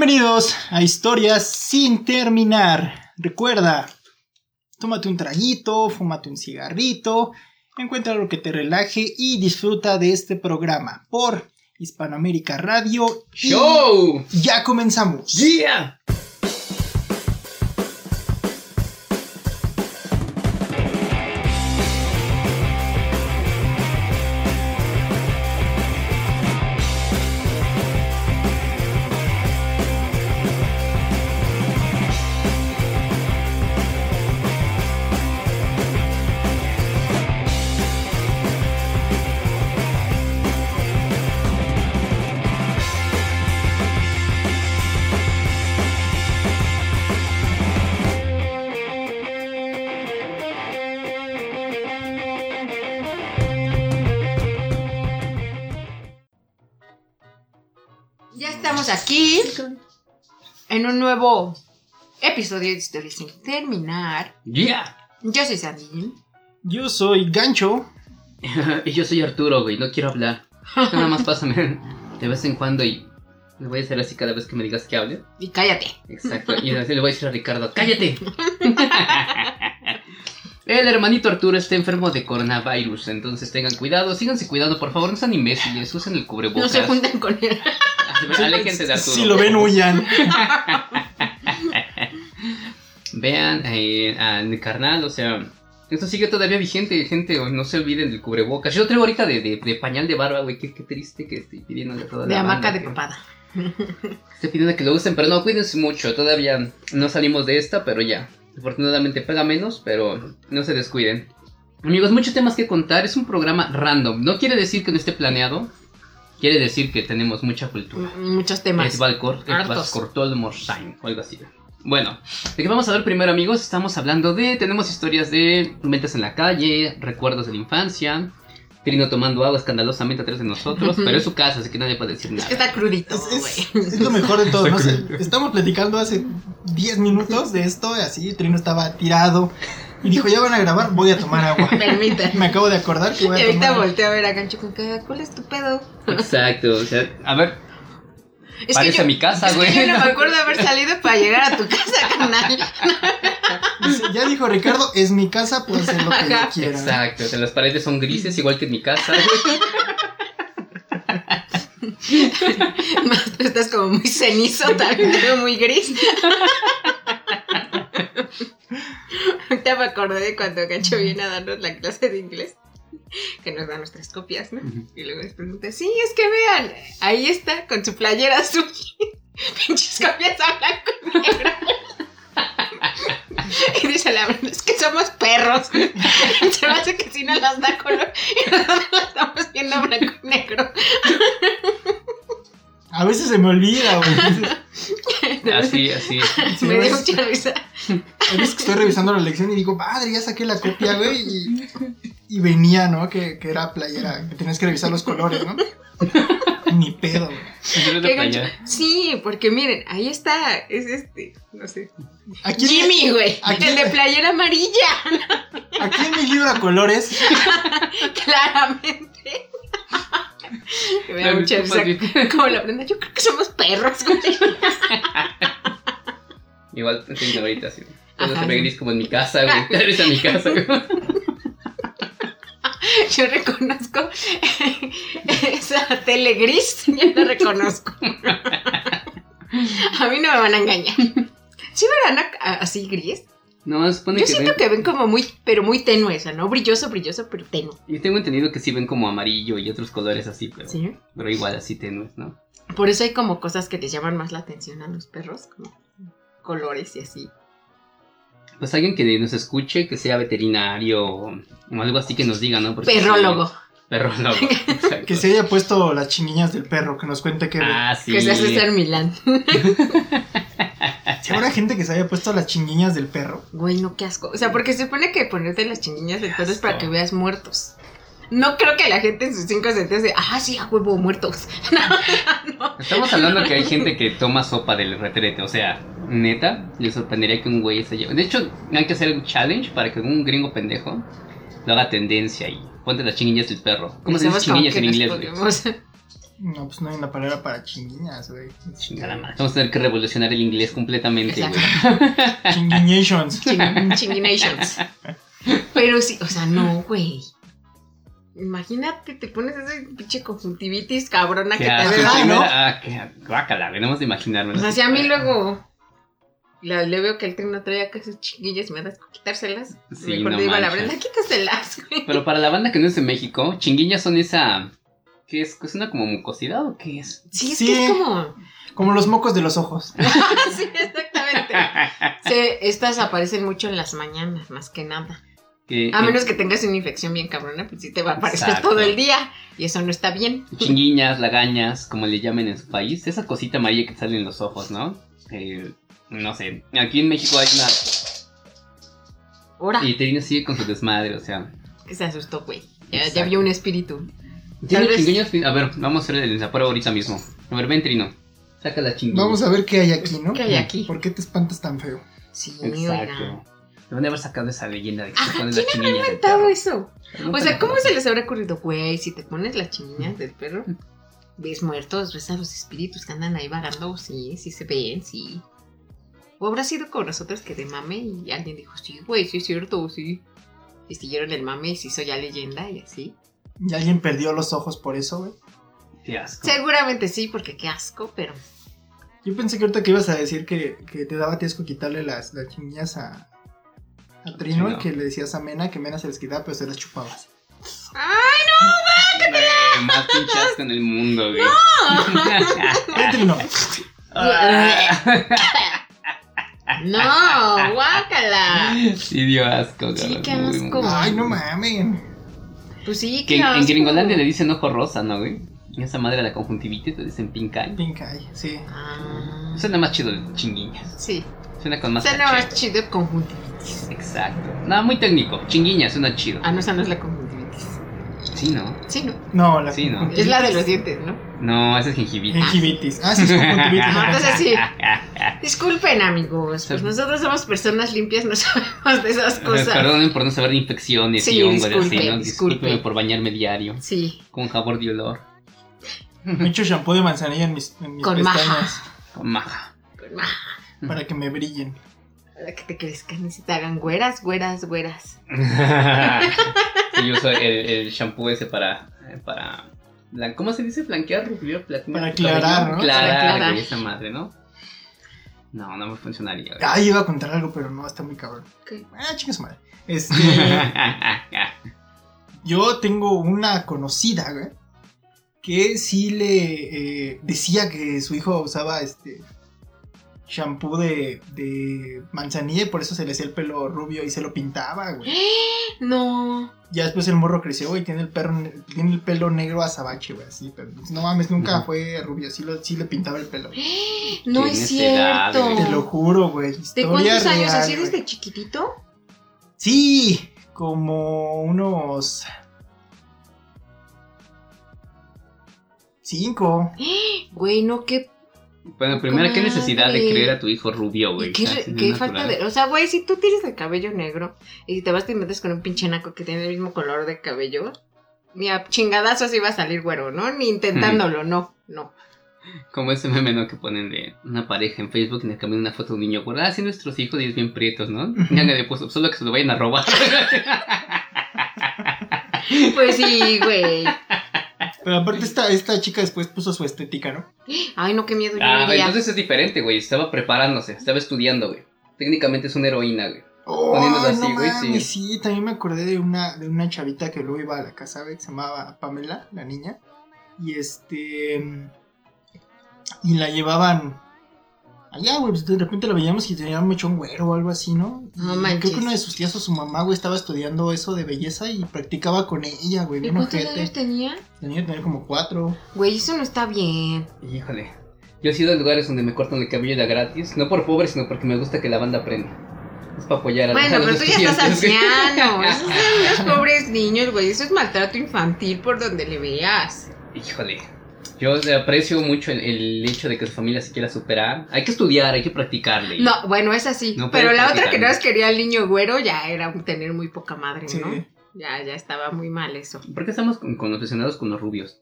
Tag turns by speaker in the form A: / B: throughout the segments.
A: Bienvenidos a Historias sin terminar. Recuerda, tómate un traguito, fúmate un cigarrito, encuentra lo que te relaje y disfruta de este programa por Hispanoamérica Radio. y
B: ¡Show!
A: Ya comenzamos.
B: ¡Yeah!
C: Ya estamos aquí en un nuevo episodio de Historia sin terminar.
B: ¡Yeah!
C: Yo soy Sandy.
A: Yo soy Gancho.
B: y yo soy Arturo, güey, no quiero hablar. Nada más pásame de vez en cuando y le voy a hacer así cada vez que me digas que hable.
C: Y cállate.
B: Exacto. Y así le voy a decir a Ricardo, ¡cállate! El hermanito Arturo está enfermo de coronavirus, entonces tengan cuidado, síganse cuidando, por favor, no sean imbéciles, usen el cubrebocas.
C: No se junten con él.
B: Aléjense de Arturo.
A: Si lo ven, huyan.
B: Vean eh, al carnal, o sea, esto sigue todavía vigente, gente, o no se olviden del cubrebocas. Yo lo traigo ahorita de, de- de pañal de barba, güey, qué, qué triste que estoy pidiendo a toda
C: De
B: la banda
C: hamaca de
B: que-
C: papada.
B: Estoy pidiendo que lo usen, pero no, cuídense mucho, todavía no salimos de esta, pero ya. Afortunadamente pega menos, pero no se descuiden. Amigos, muchos temas que contar, es un programa random, no quiere decir que no esté planeado, quiere decir que tenemos mucha cultura.
C: M- Mm, Muchos temas.
B: Es Valcor, es
C: Hartos.
B: Valcortolmorsheim, o algo así. Bueno, de qué vamos a ver primero, amigos, estamos hablando de. Tenemos historias de ventas en la calle, recuerdos de la infancia, Trino tomando agua escandalosamente atrás de nosotros, pero es su casa, así que nadie puede decir
C: Es
B: nada.
C: que está crudito,
A: Es, es-
C: güey.
A: es lo mejor de todo.
B: Está
A: ¿no?
B: cruel.
A: Se- Estamos platicando hace 10 minutos de esto, así. Trino estaba tirado y dijo: Ya van a grabar, voy a tomar agua.
C: Permítanme.
A: Me acabo de acordar que voy
C: Y
A: a
C: ahorita
A: tomar.
C: volteo a ver a Gancho con cara. ¿Cuál es tu pedo?
B: Exacto, o sea, a ver,
C: Es
B: Parece mi casa,
C: es que
B: güey.
C: yo no me acuerdo de haber salido para llegar a tu casa, carnal.
A: Dice, ya dijo Ricardo: Es mi casa, puedo hacer lo que yo
C: Ajá.
A: quiera.
B: Exacto, o sea, las paredes son grises igual que en mi casa.
C: Más tú estás como muy cenizo, también te veo muy gris. Ahorita me acordé de cuando Cacho viene a darnos la clase de inglés, que nos da nuestras copias, ¿no? Y luego les pregunta, sí, es que vean, ahí está, con su playera azul. Pinches copias a blanco y negro. Y dice la verdad, es que somos perros. Se me hace que si no las da color y nosotros las estamos viendo blanco y negro.
A: A veces se me olvida, güey.
B: Así,
A: Sí,
B: así.
A: pues.
C: Me
A: güey.
C: dio mucha risa.
A: Hay veces que estoy revisando la lección y digo: Padre, ya saqué la copia, güey. Y, y venía, ¿no? Que, que era playera, que tenías que revisar los colores, ¿no? Ni pedo, güey.
C: Qué gancho. Sí, porque miren, ahí está, es este, no sé.
A: Aquí-
C: Jimmy, güey,
A: ¿A quién
C: el de
A: le-
C: playera amarilla,
A: Aquí en mi libro a colores
C: claramente. Que me da mucha risa. Como la prenda, yo creo que somos perros, güey.
B: Igual tengo ahorita así. Todo
C: Ajá.
B: se ve gris como en mi casa, güey. Te ves a mi casa, güey.
C: Yo reconozco esa tele gris, yo la reconozco. A mí no me van a engañar. ¿Sí verán a- a- así gris?
B: No, se supone
C: Yo
B: que
C: siento
B: ven-
C: que ven como muy, pero muy tenue, o sea, no brilloso, brilloso, pero tenue,
B: Yo tengo entendido que sí ven como amarillo y otros colores así, pero,
C: ¿sí?
B: pero igual así tenues, ¿no?
C: Por eso hay como cosas que te llaman más la atención a los perros, como colores y así.
B: Pues alguien que nos escuche, que sea veterinario o o algo así que nos diga, ¿no? Porque-
C: Perrólogo.
B: Perrólogo. exacto.
A: que se haya puesto las chinguillas del perro, que nos cuente que
B: Ah, sí.
C: Que se hace ser Milán.
A: si habrá gente que se haya puesto las chinguillas del perro.
C: Güey, no, qué asco. O sea, porque se supone que ponerte las chinguillas del perro es para
B: asco.
C: que veas muertos. No creo que la gente en sus cinco sentidos de, ah, sí, a huevo, muertos.
B: Estamos hablando que hay gente que toma sopa del retrete, o sea, neta, le sorprendería que un güey se lleve. De hecho, hay que hacer un challenge para que un gringo pendejo lo haga tendencia y ponte las chinguillas del perro. ¿Cómo se dice
C: Pensamos como
B: chinguillas
C: que
B: en
C: nos
B: inglés, güey?
C: podemos-
A: No, pues no hay una palabra para chinguiñas, güey.
B: Chingada madre. Vamos a tener que revolucionar el inglés completamente, güey.
A: Chinguiñations.
C: Ching- Chinginations. Pero sí, o sea, no, güey. Imagínate, te pones esa pinche conjuntivitis cabrona que
B: Qué
C: te
B: asco,
C: da,
A: sí,
B: chingada-
C: ¿no?
B: Ah, qué guácala, güey. No hemos de imaginármelo.
C: O sea, si a mí luego la- le veo que el tren no trae acá sus chinguillas, me das por quitárselas.
B: Sí,
C: Mejor
B: no
C: le digo a la
B: manches.
C: Brenda, quítaselas, güey.
B: Pero para la banda que no es de México, chinguillas son esa. ¿Qué es? ¿Es una como mucosidad o qué es?
C: Sí, es
A: Sí.
C: que es como.
A: Como los mocos de los ojos.
C: sí, exactamente. Se- estas aparecen mucho en las mañanas, más que nada.
B: Que-
C: A menos que tengas una infección bien cabrona, pues sí te va a aparecer
B: Exacto.
C: todo el día. Y eso no está bien.
B: eh, Chinguiñas, lagañas, como le llamen en su país. Esa cosita amarilla que sale en los ojos, ¿no? Eh, no sé. Aquí en México hay una.
C: Ahora,
B: Y Terina sigue con su desmadre, o sea.
C: que se asustó, güey. Ya, ya
B: Exacto.
C: vio un espíritu.
B: ¿Tiene
C: Tal vez-
B: chinguiñas? A ver, vamos a hacer el prueba ahorita mismo. A ver, ven, Trino. Saca la chinguilla.
A: Vamos a ver qué hay aquí, ¿no?
C: ¿Qué hay aquí?
A: ¿Por qué te espantas tan feo?
C: Sí, oiga.
B: Exacto. Deben de haber sacado esa leyenda de que
C: Ajá,
B: se ponen las chinguillas. del
C: Todo
B: perro.
C: eso. O sea, ¿cómo se les habrá ocurrido, güey? Si te pones las chinillas del perro, ves muertos, ves a los espíritus que andan ahí vagando, sí, sí se ven, sí. O habrá sido con nosotros que de mame y alguien dijo, sí, güey, sí es cierto, sí. Y siguieron el mame y se hizo ya leyenda y así.
B: Ah.
A: ¿Y alguien perdió los ojos por eso, güey?
B: Qué asco.
C: Seguramente sí, porque qué asco, pero
A: Yo pensé que ahorita que ibas a decir que, que te daba tiesco quitarle las, las chinguillas a, a Trino
B: Sí,
A: y
B: no.
A: que le decías a Mena que Mena se les quitaba, pero se las chupabas.
B: Ah. Güey, Más pinche asco en el mundo, güey.
A: ¡Eh, Trino!
B: Ah,
C: no, guácala.
B: sí, dio asco,
C: Sí,
B: cabrón,
C: qué
B: muy,
C: asco.
B: muy-
A: ¡Ay, no mamen!
C: Pues sí,
B: Que
C: qué
B: en, en
C: asco.
B: Gringolandia le dicen ojo rosa, ¿no, güey? Y Esa madre de la conjuntivitis le dicen pink eye.
A: Pink Eye, sí.
C: Ah,
B: Suena más chido de chinguiñas.
C: sí,
B: Suena con más
C: suena
B: caché.
C: más chido el conjuntivitis.
B: Exacto. No, muy técnico. Chinguiñas suena chido.
C: Ah, no, esa no es la conjuntivitis.
B: Sí, ¿no?
C: Sí, no.
A: No, la
B: Sí, ¿no?
C: Es la de los dientes, ¿no?
B: No, esa es gingivitis.
A: Gingivitis. Ah, sí, es conjuntivitis.
C: Ah,
A: ¿no?
C: entonces sí. Disculpen, amigos. Pues
B: Sí.
C: nosotros somos personas limpias, no sabemos de esas cosas.
B: Perdonen por no saber de infecciones
C: Sí,
B: y hongos y así,
C: disculpe,
B: ¿no?
C: disculpe.
B: Discúlpeme por bañarme diario
C: Sí,
B: con jabón de olor.
A: Me echo shampoo de manzanilla en mis, en mis
C: Con maja.
A: pestañas
B: Con maja.
C: con más.
A: para que me brillen.
C: Para pues, que te crezcan y se te hagan güeras, güeras, güeras.
B: Sí, yo uso el, el shampoo ese para. para blan- ¿Cómo se dice? Blanquear, rubio, platino.
A: Para aclarar, ¿no?
C: Para
B: Clarar,
C: aclarar.
B: güey, esa madre, ¿no? No, no me funcionaría. güey.
A: Ah, iba a contar algo, pero no, está muy cabrón.
C: ¿Qué?
A: Ah, chinga su madre. Este, yo tengo una conocida, güey, que sí le eh, decía que su hijo usaba este shampoo de, de manzanilla y por eso se le hacía el pelo rubio y se lo pintaba, güey.
C: No.
A: Ya después el morro creció, güey, tiene el, perro, ne- tiene el pelo negro azabache, güey, así. Pero no mames, nunca
B: Ujú.
A: fue rubio, sí, lo, sí le pintaba el pelo.
C: No
B: Tienes
C: es
B: edad,
C: cierto.
B: güey.
A: Te lo juro, güey.
C: ¿De
A: historia
C: cuántos años?
A: real,
C: ¿Así
A: güey.
C: desde chiquitito?
A: Sí, como unos. Cinco.
C: Güey, no, qué,
B: bueno, primero, ¿qué necesidad de
C: Madre.
B: creer a tu hijo rubio, güey?
C: qué,
B: O sea, es
C: qué
B: natural.
C: falta de. O sea, güey, si tú tienes el cabello negro y te vas te metes con un pinche naco que tiene el mismo color de cabello, ni a chingadazos iba a salir güero, ¿no? Ni intentándolo,
B: Mm.
C: no, no.
B: Como ese meme, ¿no? Que ponen de una pareja en Facebook y le cambian una foto de un niño. Por ah, sí, nuestros hijos y es bien prietos, ¿no? Ya le puso, solo que se lo vayan a robar.
C: Pues sí, güey.
A: Pero aparte, esta, esta chica después puso su estética, ¿no?
C: Ay, no, qué miedo. Yo
B: ah,
C: diría,
B: entonces es diferente, güey. Estaba preparándose, estaba estudiando, güey. Técnicamente es una heroína, güey. Poniéndolo
A: Ay,
B: así,
A: no
B: güey,
A: mames, sí. también me acordé de una, de una chavita que luego iba a la casa, güey, que se llamaba Pamela, la niña. Y este. Y la llevaban. Allá, güey, pues de repente la veíamos y tenía un mechón güero o algo así, ¿no?
C: No
A: Y
C: manches.
A: Creo que una de sus tías o su mamá, güey, estaba estudiando eso de belleza y practicaba con ella, güey,
C: ¿Y
A: bien
C: cuántos
A: ojete.
C: años tenía?
A: Tenía que tener como cuatro.
C: Güey, eso no está bien.
B: Híjole. Yo he sido a lugares donde me cortan el cabello de gratis. No por pobre, sino porque me gusta que la banda aprenda. Es para apoyar a los-
C: Bueno,
B: a los
C: pero tú ya estás
B: estudiantes, güey.
C: anciano. Esos son los pobres niños, güey. Eso es maltrato infantil por donde le veas.
B: Híjole. Yo o sea, aprecio mucho el, el hecho de que su familia se quiera superar. Hay que estudiar, hay que practicarle.
C: No, bueno, es así.
B: No
C: pero
B: puedes
C: la otra que
B: practicar.
C: no nos quería el niño güero ya era un- tener muy poca madre,
A: Sí.
C: ¿no? Ya, ya estaba muy mal eso.
B: ¿Por qué estamos con, con obsesionados con los rubios?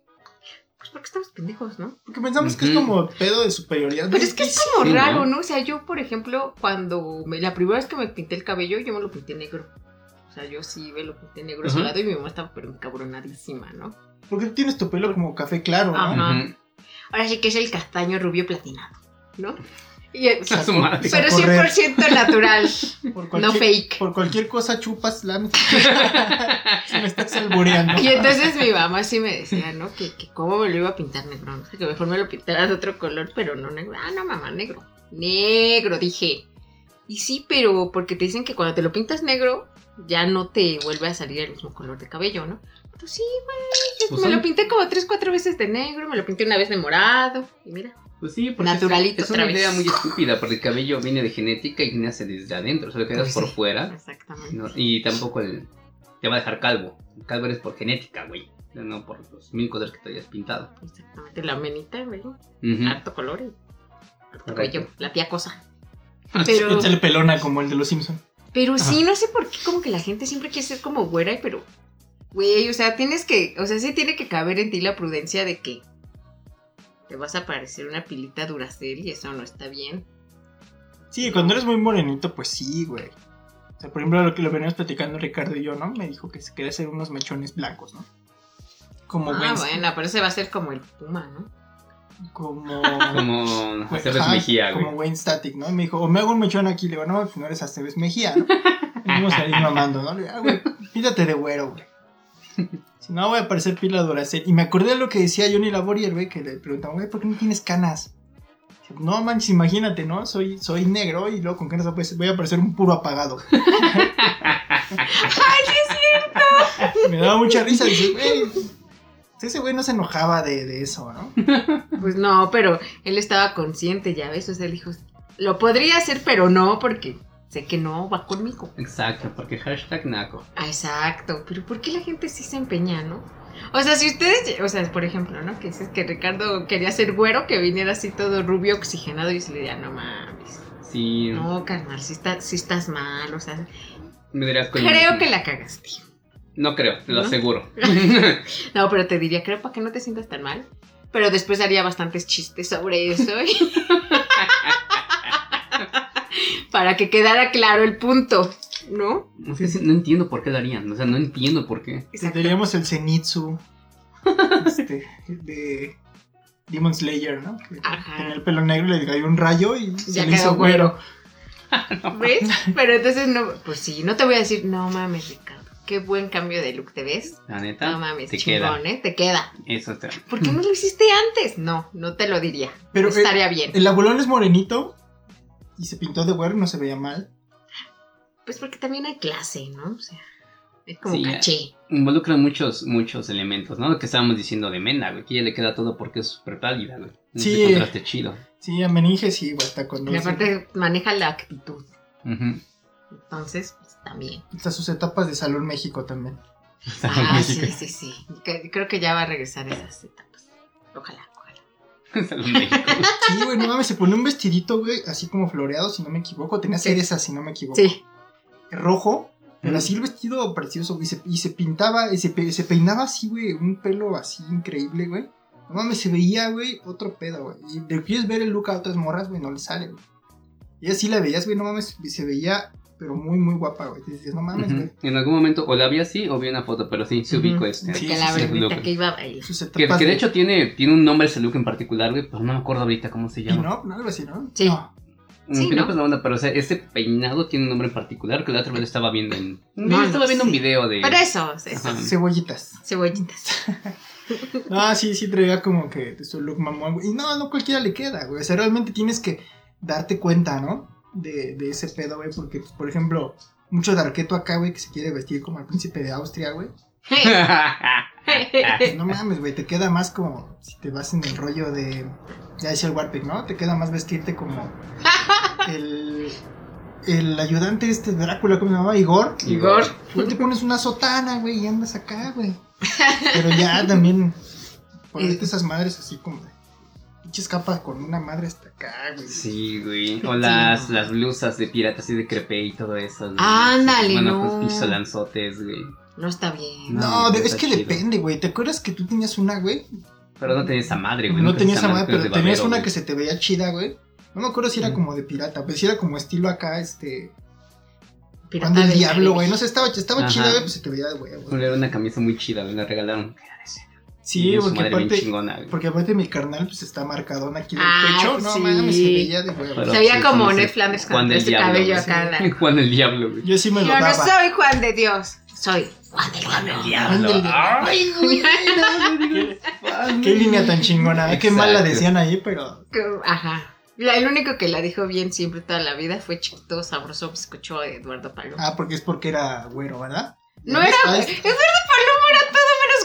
C: Pues porque estamos pendejos, ¿no?
A: Porque pensamos que es
B: Ujú.
A: como pedo de superioridad.
C: Pero es que es
A: blanquísimo.
C: como
B: Sí, ¿no?
C: raro, ¿no? O sea, yo, por ejemplo, cuando me- la primera vez que me pinté el cabello, yo me lo pinté negro. O sea, yo sí me lo pinté negro
B: Ajá.
C: solado y mi mamá estaba pero encabronadísima, ¿no?
A: Porque tú tienes tu pelo como café claro, ¿no?
C: Ajá.
B: Ujú.
C: Ahora sí que es el castaño rubio platinado, ¿no? Y-
B: A su madre.
C: pero
A: Saco red.
C: 100% natural,
A: Por
C: no
A: cualquier,
C: fake.
A: Por cualquier cosa chupas la... si me estás albureando.
C: Y entonces mi mamá sí me decía, ¿no? Que, que cómo me lo iba a pintar negro, ¿no? que mejor me lo pintara de otro color, pero no negro. Ah, no, mamá, negro. Negro, dije. Y sí, pero porque te dicen que cuando te lo pintas negro, ya no te vuelve a salir el mismo color de cabello, ¿no? Entonces sí, güey.
B: Pues
C: me
B: sí.
C: lo pinté como tres, cuatro veces de negro, me lo pinté una vez de morado. Y mira,
B: Pues sí, porque es-
C: Naturalito
B: es una
C: otra vez.
B: idea muy estúpida, porque el cabello viene de genética y nace desde adentro, solo quedas
C: Pues
B: por
C: sí.
B: fuera
C: exactamente.
B: no- y tampoco el- te va a dejar calvo. El calvo eres por genética, güey, no por los mil colores que te hayas pintado. Ah,
C: Exactamente. La menita, güey.
B: Ujú.
C: Harto color y harto
B: Correcto.
C: cabello. La tía cosa.
A: Pero...
C: Pero-
A: Échale pelona como el de los Simpsons.
C: Pero sí, no sé por qué como que la gente siempre quiere ser como güera, pero güey, o sea, tienes que, o sea, sí tiene que caber en ti la prudencia de que te vas a parecer una pilita duracel y eso no está bien.
A: Sí, cuando eres muy morenito, pues sí, güey. O sea, por ejemplo, lo que lo veníamos platicando Ricardo y yo, ¿no? Me dijo que se quería hacer unos mechones blancos, ¿no? Como
C: ah,
A: Wednesday.
C: bueno, pero ese va a ser como el puma, ¿no?
A: Como...
B: Como
A: Güey,
B: José
A: Pues, ajá,
B: Mejía,
A: Como
B: güey.
A: Wayne Static, ¿no? Y me dijo, o me hago un mechón aquí. Le digo, no, pues no eres Aceves Mejía, ¿no? Y Vamos a ir mamando, ¿no? Le digo, ah, güey, píntate de güero, güey. Si no, voy a parecer pila Duracell. Y me acordé de lo que decía Johnny Laborier, güey, que le preguntaban, güey, ¿por qué no tienes canas? Dice, No manches, imagínate, ¿no? Soy, soy negro y luego con canas pues, voy a parecer un puro apagado. ¡Ay, es cierto! Me daba mucha risa. Dice, güey, ese güey no se enojaba de, de eso, ¿no?
C: Pues no, pero él estaba consciente, ya ves, o sea, él dijo, lo podría hacer, pero no, porque sé que no va conmigo.
B: Exacto, porque hashtag naco.
C: Ah, Exacto, pero ¿por qué la gente sí se empeña, no? O sea, si ustedes, o sea, por ejemplo, ¿no? Que dices que Ricardo quería ser güero, que viniera así todo rubio, oxigenado, y se le diría, no mames,
B: Sí,
A: Ah.
C: no, carnal, si, está- si estás mal, o sea,
B: me dirás coño.
C: creo que la cagaste.
B: No creo, te lo
C: ¿No?
B: aseguro.
C: No, pero te diría, creo, para que no te sientas tan mal. Pero después haría bastantes chistes sobre eso. y- para que quedara claro el punto, ¿no?
B: Es que sí, no entiendo por qué lo harían, o sea, no entiendo por qué.
C: Exacto.
A: Tendríamos el Zenitsu este, de Demon Slayer, ¿no? Que
C: Ajá.
A: tenía el pelo negro, le cayó un rayo y se
C: Ya
A: le hizo
C: quedó
A: güero.
C: güero. ¿Ves? Pero entonces no, pues sí, no te voy a decir, no mames, Ricardo, qué buen cambio de look te ves.
B: La neta,
C: No mames,
B: Ah, te
C: chingón, ¿eh? Te queda.
B: eso está.
C: ¿Por qué no lo hiciste antes? No, no te lo diría.
A: Pero,
C: Pero
A: eh,
C: estaría bien.
A: El abuelón es morenito y se pintó de güero, no se veía mal.
C: Pues porque también hay clase, ¿no? O sea, es como
B: Sí, ya.
C: caché.
B: Involucran muchos, muchos elementos, ¿no? Lo que estábamos diciendo de Mena, güey, que ella le queda todo porque es súper pálida, güey.
A: Sí.
B: Sí. contraste chido.
A: Sí, a Meninge sí, güey, está con
C: y
A: dos-
C: aparte maneja la actitud.
B: Ujú.
C: Entonces, pues también.
A: Hasta sus etapas de Salón México también.
B: Está muy
C: Ah, sí,
B: México.
C: sí, sí. Que- Creo que ya va a regresar esas etapas. Ojalá, ojalá.
B: Está muy México.
A: Sí, güey, no mames, se pone un vestidito, güey, así como floreado, si no me equivoco. Tenía
C: Sí.
A: cerezas, si no me equivoco.
C: Sí.
A: Rojo. Pero
B: Mm.
A: así el vestido precioso, güey. Y se, y se pintaba, y se, pe- se peinaba así, güey. Un pelo así increíble, güey. No mames, se veía, güey, otro pedo, güey. Y le quieres ver el look a otras morras, güey, no le sale, güey. Y así la veías, güey, no mames, se veía, pero muy, muy guapa, güey. Y dices, no mames,
B: Ujú.
A: güey.
B: En algún momento, o la vi así o vi una foto, pero sí, se
A: Ujú.
B: ubicó este.
A: Sí,
C: que
A: sí,
C: la
A: sí,
C: verdad
B: look.
C: que iba a bailar.
A: Sus
B: Que,
A: etapas
B: que de hecho tiene, tiene un nombre ese look en particular, güey, pero no me acuerdo ahorita cómo se llama.
A: ¿no? ¿No? Algo así, ¿no?
C: Sí.
A: No.
B: Mm,
C: Sí,
B: que no,
C: ¿no?
B: pues, la onda, pero o sea, ese peinado tiene un nombre en particular que la otra vez estaba viendo en.
C: No,
B: estaba
C: no
B: viendo un
C: sé.
B: video de.
C: Pero eso, o sea, eso.
B: Ajá.
A: Cebollitas.
C: Cebollitas.
A: Ah, sí, sí, traía como que su look mamón, güey. Y no, no cualquiera le queda, güey. O sea, realmente tienes que darte cuenta, ¿no? De, de ese pedo, güey. Porque, pues, por ejemplo, mucho darqueto acá, güey, que se quiere vestir como el príncipe de Austria, güey. Pues, no mames, güey, te queda más como si te vas en el rollo de. Ya decía el Warpic, ¿no? Te queda más vestirte como. El. El ayudante este de Drácula, ¿cómo se llamaba? Igor.
C: Igor.
A: Güey, te pones una sotana, güey, y andas acá, güey. Pero ya también
C: Eh,
A: ponerte esas madres así como de pinches capas con una madre hasta acá, güey.
B: Sí, güey. O las,
C: Sí.
B: las blusas de piratas y de crepe y todo eso. güey.
C: Ándale,
B: Bueno,
C: no.
B: pues piso lanzotes, güey.
C: No está bien.
A: No,
B: No,
A: de- es
B: está
A: que
B: chido.
A: depende, güey. ¿Te acuerdas que tú tenías una, güey?
B: Pero no tenías esa madre, güey.
A: No
B: nunca
A: tenías esa madre,
B: con
A: pero
B: el
A: tenías
B: babero,
A: una
B: güey.
A: que se te veía chida, güey. No me acuerdo si era
B: Mm.
A: como de pirata, pero si era como estilo acá, este.
C: Pirata
A: Cuando el
C: del
A: diablo,
C: Caribe.
A: güey. No sé, estaba, estaba
B: Ajá.
A: chida, güey, pues se te veía de huevo.
B: Era una camisa muy chida, güey, la regalaron.
A: Sí,
B: Y su
A: porque
B: madre bien
A: aparte,
B: chingona, güey.
A: porque aparte mi carnal, pues está marcadón aquí del
C: Ah,
A: pecho. No
C: sí.
A: mames, se veía de huevo.
B: Pero
C: Se veía
B: sí,
C: como
B: ese
C: Ned Flanders
B: Juan
C: con
B: del
C: su
B: Diablo,
C: cabello
B: güey.
C: acá. la-
B: Juan el Diablo, güey.
A: Yo sí me lo
C: Yo
A: daba.
C: no soy Juan de Dios, soy Juan del
B: Juan el
C: Diablo.
B: Diablo.
A: Juan del Diablo.
B: Ay, güey. no, no digas, Juan,
A: Qué
B: güey.
A: línea tan chingona, eh, qué mal la
B: Exacto.
A: decían ahí, pero.
C: Que- Ajá. La- el único que la dijo bien siempre toda la vida fue chiquito, sabroso, bizcocho de Eduardo Paloma.
A: Ah, porque es porque era güero, ¿verdad?
C: no era.
A: Ah,
C: Eduardo
A: es-
C: Paloma era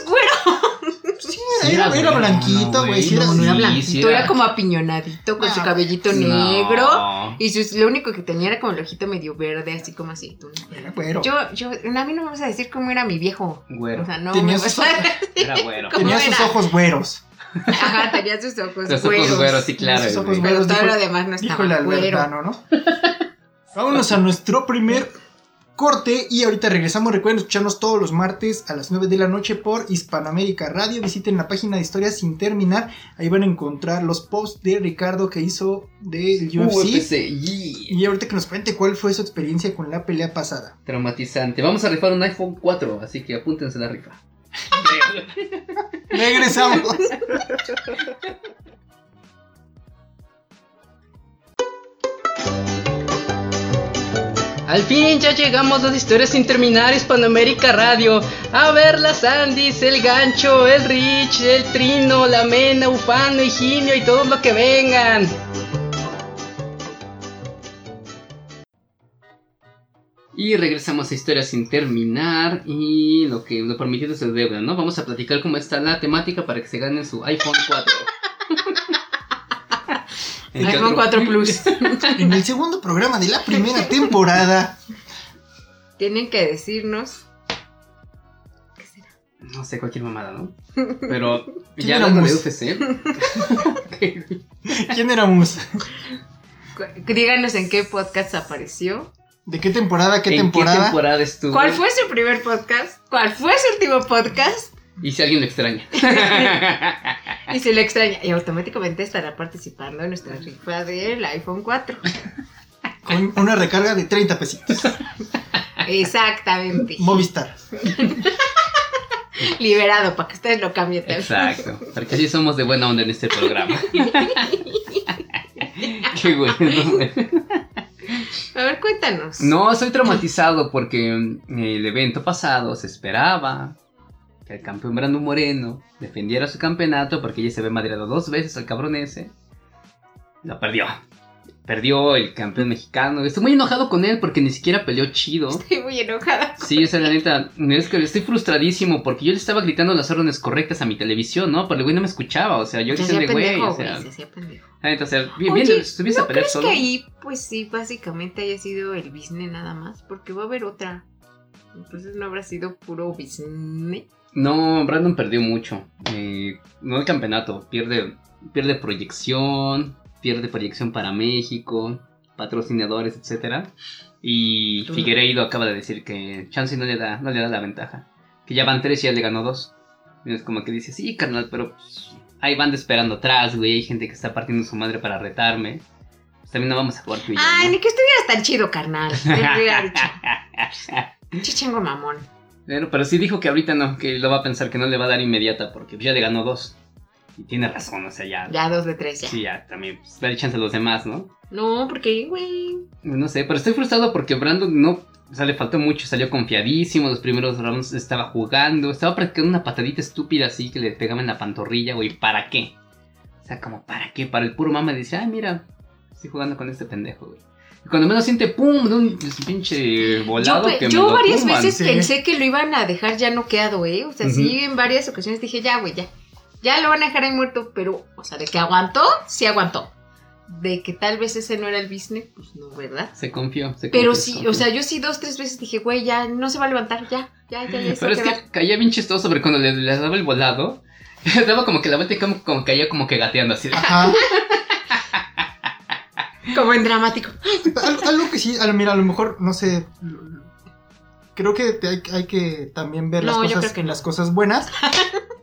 C: todo menos güero.
A: Sí,
B: Sí
A: era, era
B: güero,
A: blanquito,
B: no,
A: güey. Sí, era
B: güey, no, no era
A: así.
B: blanco.
C: Blanquito,
B: era-
C: era como apiñonadito con su
A: No.
C: cabellito
B: No.
C: negro. Y sus- lo único que tenía era como el ojito medio verde, así como así. tú.
A: Era güero.
C: Yo, yo, a mí no me vas a decir cómo era mi viejo.
B: Güero.
C: O sea, no
A: Tenía
C: me
A: sus
C: vas a-
B: Era güero.
C: ¿Cómo
A: Tenía sus
C: era?
A: ojos güeros.
C: Ajá, tenía sus ojos
B: Los
C: güeros.
B: ojos güeros, sí, claro.
A: Sus ojos
B: güey.
A: güeros.
C: Pero todo
A: Dijo-
C: lo demás no
A: Dijo
C: estaba
A: el
C: güero.
A: Albertano, ¿no? Vámonos a nuestro primer corte y ahorita regresamos. Recuerden escucharnos todos los martes a las 9 de la noche por Hispanoamérica Radio. Visiten la página de Historias Sin Terminar. Ahí van a encontrar los posts de Ricardo que hizo del
B: Uh,
A: UFC.
B: UFC, yeah.
A: Y ahorita que nos cuente cuál fue su experiencia con la pelea pasada.
B: Traumatizante. Vamos a rifar un iPhone 4, así que apúntense la rifa.
A: Regresamos.
D: Al fin ya llegamos las historias sin terminar Hispanoamérica Radio. A ver las Andis, el gancho, el Rich, el Trino, la Mena, Ufano, Higinio y todos los que vengan.
B: Y regresamos a Historia sin terminar y lo que lo permitido es el deuda, ¿no? Vamos a platicar cómo está la temática para que se ganen su iPhone 4. ¿En qué
C: iPhone
B: otro-
C: 4 Plus.
A: en el segundo programa de la primera temporada.
C: Tienen que decirnos.
B: No sé, cualquier mamada, ¿no? Pero
A: ¿Quién
B: ya
A: era
B: hablando de
A: Mus?
B: UFC.
A: ¿Quién éramos?
C: cu- Díganos en qué podcast apareció.
A: ¿De qué temporada? ¿Qué
B: ¿en qué
A: temporada?
B: temporada estuvo?
C: ¿Cuál fue su primer podcast? ¿Cuál fue su último podcast?
B: Y si alguien lo extraña.
C: Y si le extraña. Y automáticamente estará participando en nuestra rifa del iPhone 4.
A: Con una recarga de 30 pesitos.
C: Exactamente.
A: Movistar.
C: Liberado para que ustedes lo cambien también.
B: Exacto. Porque así somos de buena onda en este programa. Qué bueno.
C: A ver, cuéntanos.
B: No, estoy traumatizado porque mm, el evento pasado se esperaba que el campeón Brando Moreno defendiera su campeonato porque ya se ve madreado dos veces al cabrón ese. Lo perdió. Perdió el campeón mexicano. Estoy muy enojado con él porque ni siquiera peleó chido.
C: Estoy muy enojada.
B: Sí, o sea, la neta, es que estoy frustradísimo porque yo le estaba gritando las órdenes correctas a mi televisión, ¿no? Pero el güey no me escuchaba, o sea, yo
C: Se
B: diciendo,
C: hacía
B: güey,
C: pendejo,
B: o
C: güey.
B: sea,
C: Se hacía pendejo.
B: la neta, o sea, bien,
C: Oye,
B: bien, estuviese
C: ¿no
B: a pelear
C: crees
B: solo.
C: que ahí, pues sí, básicamente haya sido el business nada más? Porque va a haber otra. Entonces no habrá sido puro business.
B: No, Brandon perdió mucho. Eh, no el campeonato. Pierde, pierde proyección. Pierde proyección para México. Patrocinadores, etcétera. Y
C: Tú no.
B: Figueiredo acaba de decir que Chance no le da, no le da la ventaja. Que ya van tres y ya le ganó dos. Y es como que dice, sí, carnal, pero pues, ahí van esperando atrás, güey. Hay gente que está partiendo su madre para retarme. Pues también no vamos a jugar tú y yo,
C: Ay,
B: ¿no?
C: ni que estuvieras tan chido, carnal. Te hubiera dicho. Chichango mamón.
B: Pero, pero sí dijo que ahorita no, que lo va a pensar que no le va a dar inmediata porque ya le ganó dos. Y tiene razón, o sea, ya.
C: Ya dos de tres, ya.
B: Sí, ya, también. Pues, dale chance a los demás, ¿no?
C: No, porque, güey.
B: No sé, pero estoy frustrado porque Brandon no. O sea, le faltó mucho, salió confiadísimo. Los primeros rounds estaba jugando. Estaba practicando una patadita estúpida así que le pegaba en la pantorrilla, güey. ¿Para qué? O sea, como, ¿para qué? Para el puro mama dice, ay, mira, estoy jugando con este pendejo, güey. Y cuando menos siente, pum, de un pinche
C: Yo,
B: volado
C: pe-
B: que me
C: yo
B: lo
C: varias
B: tumban.
C: veces
A: sí.
C: pensé que lo iban a dejar ya noqueado, ¿eh? O sea, sí, en varias ocasiones dije, ya, güey, ya. Ya lo van a dejar ahí muerto, pero, o sea, de que aguantó, sí aguantó. De que tal vez ese no era el business, pues no, ¿verdad?
B: Se confió, se
C: Pero
B: confió, se
C: sí,
B: confió.
C: o sea, yo sí dos, tres veces dije, güey, ya no se va a levantar, ya, ya, ya, ya. se
B: Pero es
C: va a
B: que
C: quedar".
B: caía bien chistoso, pero cuando le, le daba el volado, le daba como que la vuelta y como, como caía como que gateando así.
A: Ajá.
C: Como en dramático.
A: Al- algo que sí, a lo- mira, a lo mejor, no sé. Creo que te hay, hay que también ver
C: No, yo
A: las,
C: creo
A: cosas,
C: que no.
A: las cosas buenas.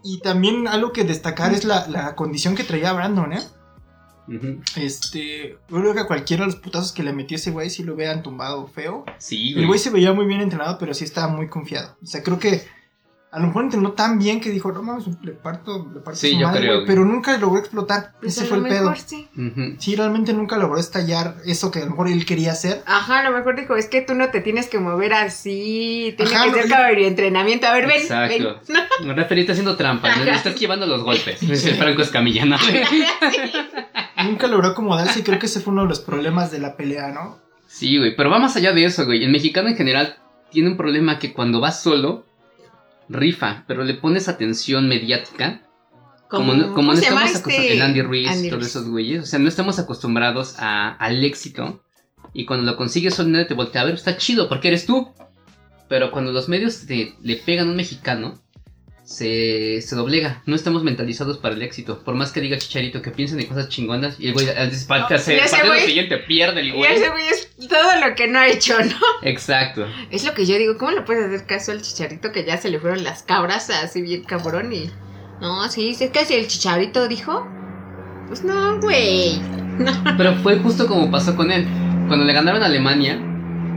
A: Y también algo que destacar es la, la condición que traía Brandon, ¿eh?
B: Ujú.
A: Este, yo creo que a cualquiera de los putazos que le metió ese güey, si lo hubieran tumbado feo.
B: Sí,
A: El güey se veía muy bien entrenado, pero sí estaba muy confiado. O sea, creo que a lo mejor entrenó tan bien que dijo, no mames, le parto, le parto
B: Sí,
A: su
B: yo
A: madre,
B: creo,
A: güey",
B: güey.
A: Pero nunca logró explotar.
C: Pues
A: Ese
C: a
A: fue el
C: lo
A: pedo.
C: mejor sí.
B: Ujú.
A: Sí, realmente nunca logró estallar eso que a lo mejor él quería hacer.
C: Ajá, a lo mejor dijo, es que tú no te tienes que mover así, tiene
A: Ajá,
C: que
A: no,
C: ser
A: y-
C: caballeroentrenamiento. entrenamiento. A ver, ven,
B: Exacto. Me referiste haciendo trampas, me estás llevando los golpes. Es el Franco Escamilla, ¿no?
A: Nunca logró acomodarse y creo que ese fue uno de los problemas de la pelea, ¿no?
B: Sí, güey, pero va más allá de eso, güey. El mexicano en general tiene un problema que cuando va solo, rifa, pero le pones atención mediática.
C: ven.
B: Como, no, como
C: ¿cómo
B: no
C: se llama
B: estamos acostumbrados.
C: este?
B: Andy Ruiz,
C: Andy
B: todos
C: Ruiz.
B: esos güeyes. O sea, no estamos acostumbrados a- al éxito. Y cuando lo consigues, solo nadie te voltea a ver. Está chido porque eres tú. Pero cuando los medios te- le pegan a un mexicano, se, se doblega. No estamos mentalizados para el éxito. Por más que diga Chicharito que piensen en cosas chingonas. Y el güey, al
C: No,
B: desparque,
C: y ese
B: el
C: güey-
B: siguiente pierde el
C: Y
B: güey.
C: ese güey es todo lo que no ha hecho, ¿no?
B: Exacto.
C: Es lo que yo digo, ¿cómo le puedes hacer caso al chicharito que ya se le fueron las cabras así bien cabrón y... No, sí, sí, es que si el chicharito dijo... Pues no, güey.
B: Pero fue justo como pasó con él. Cuando le ganaron a Alemania,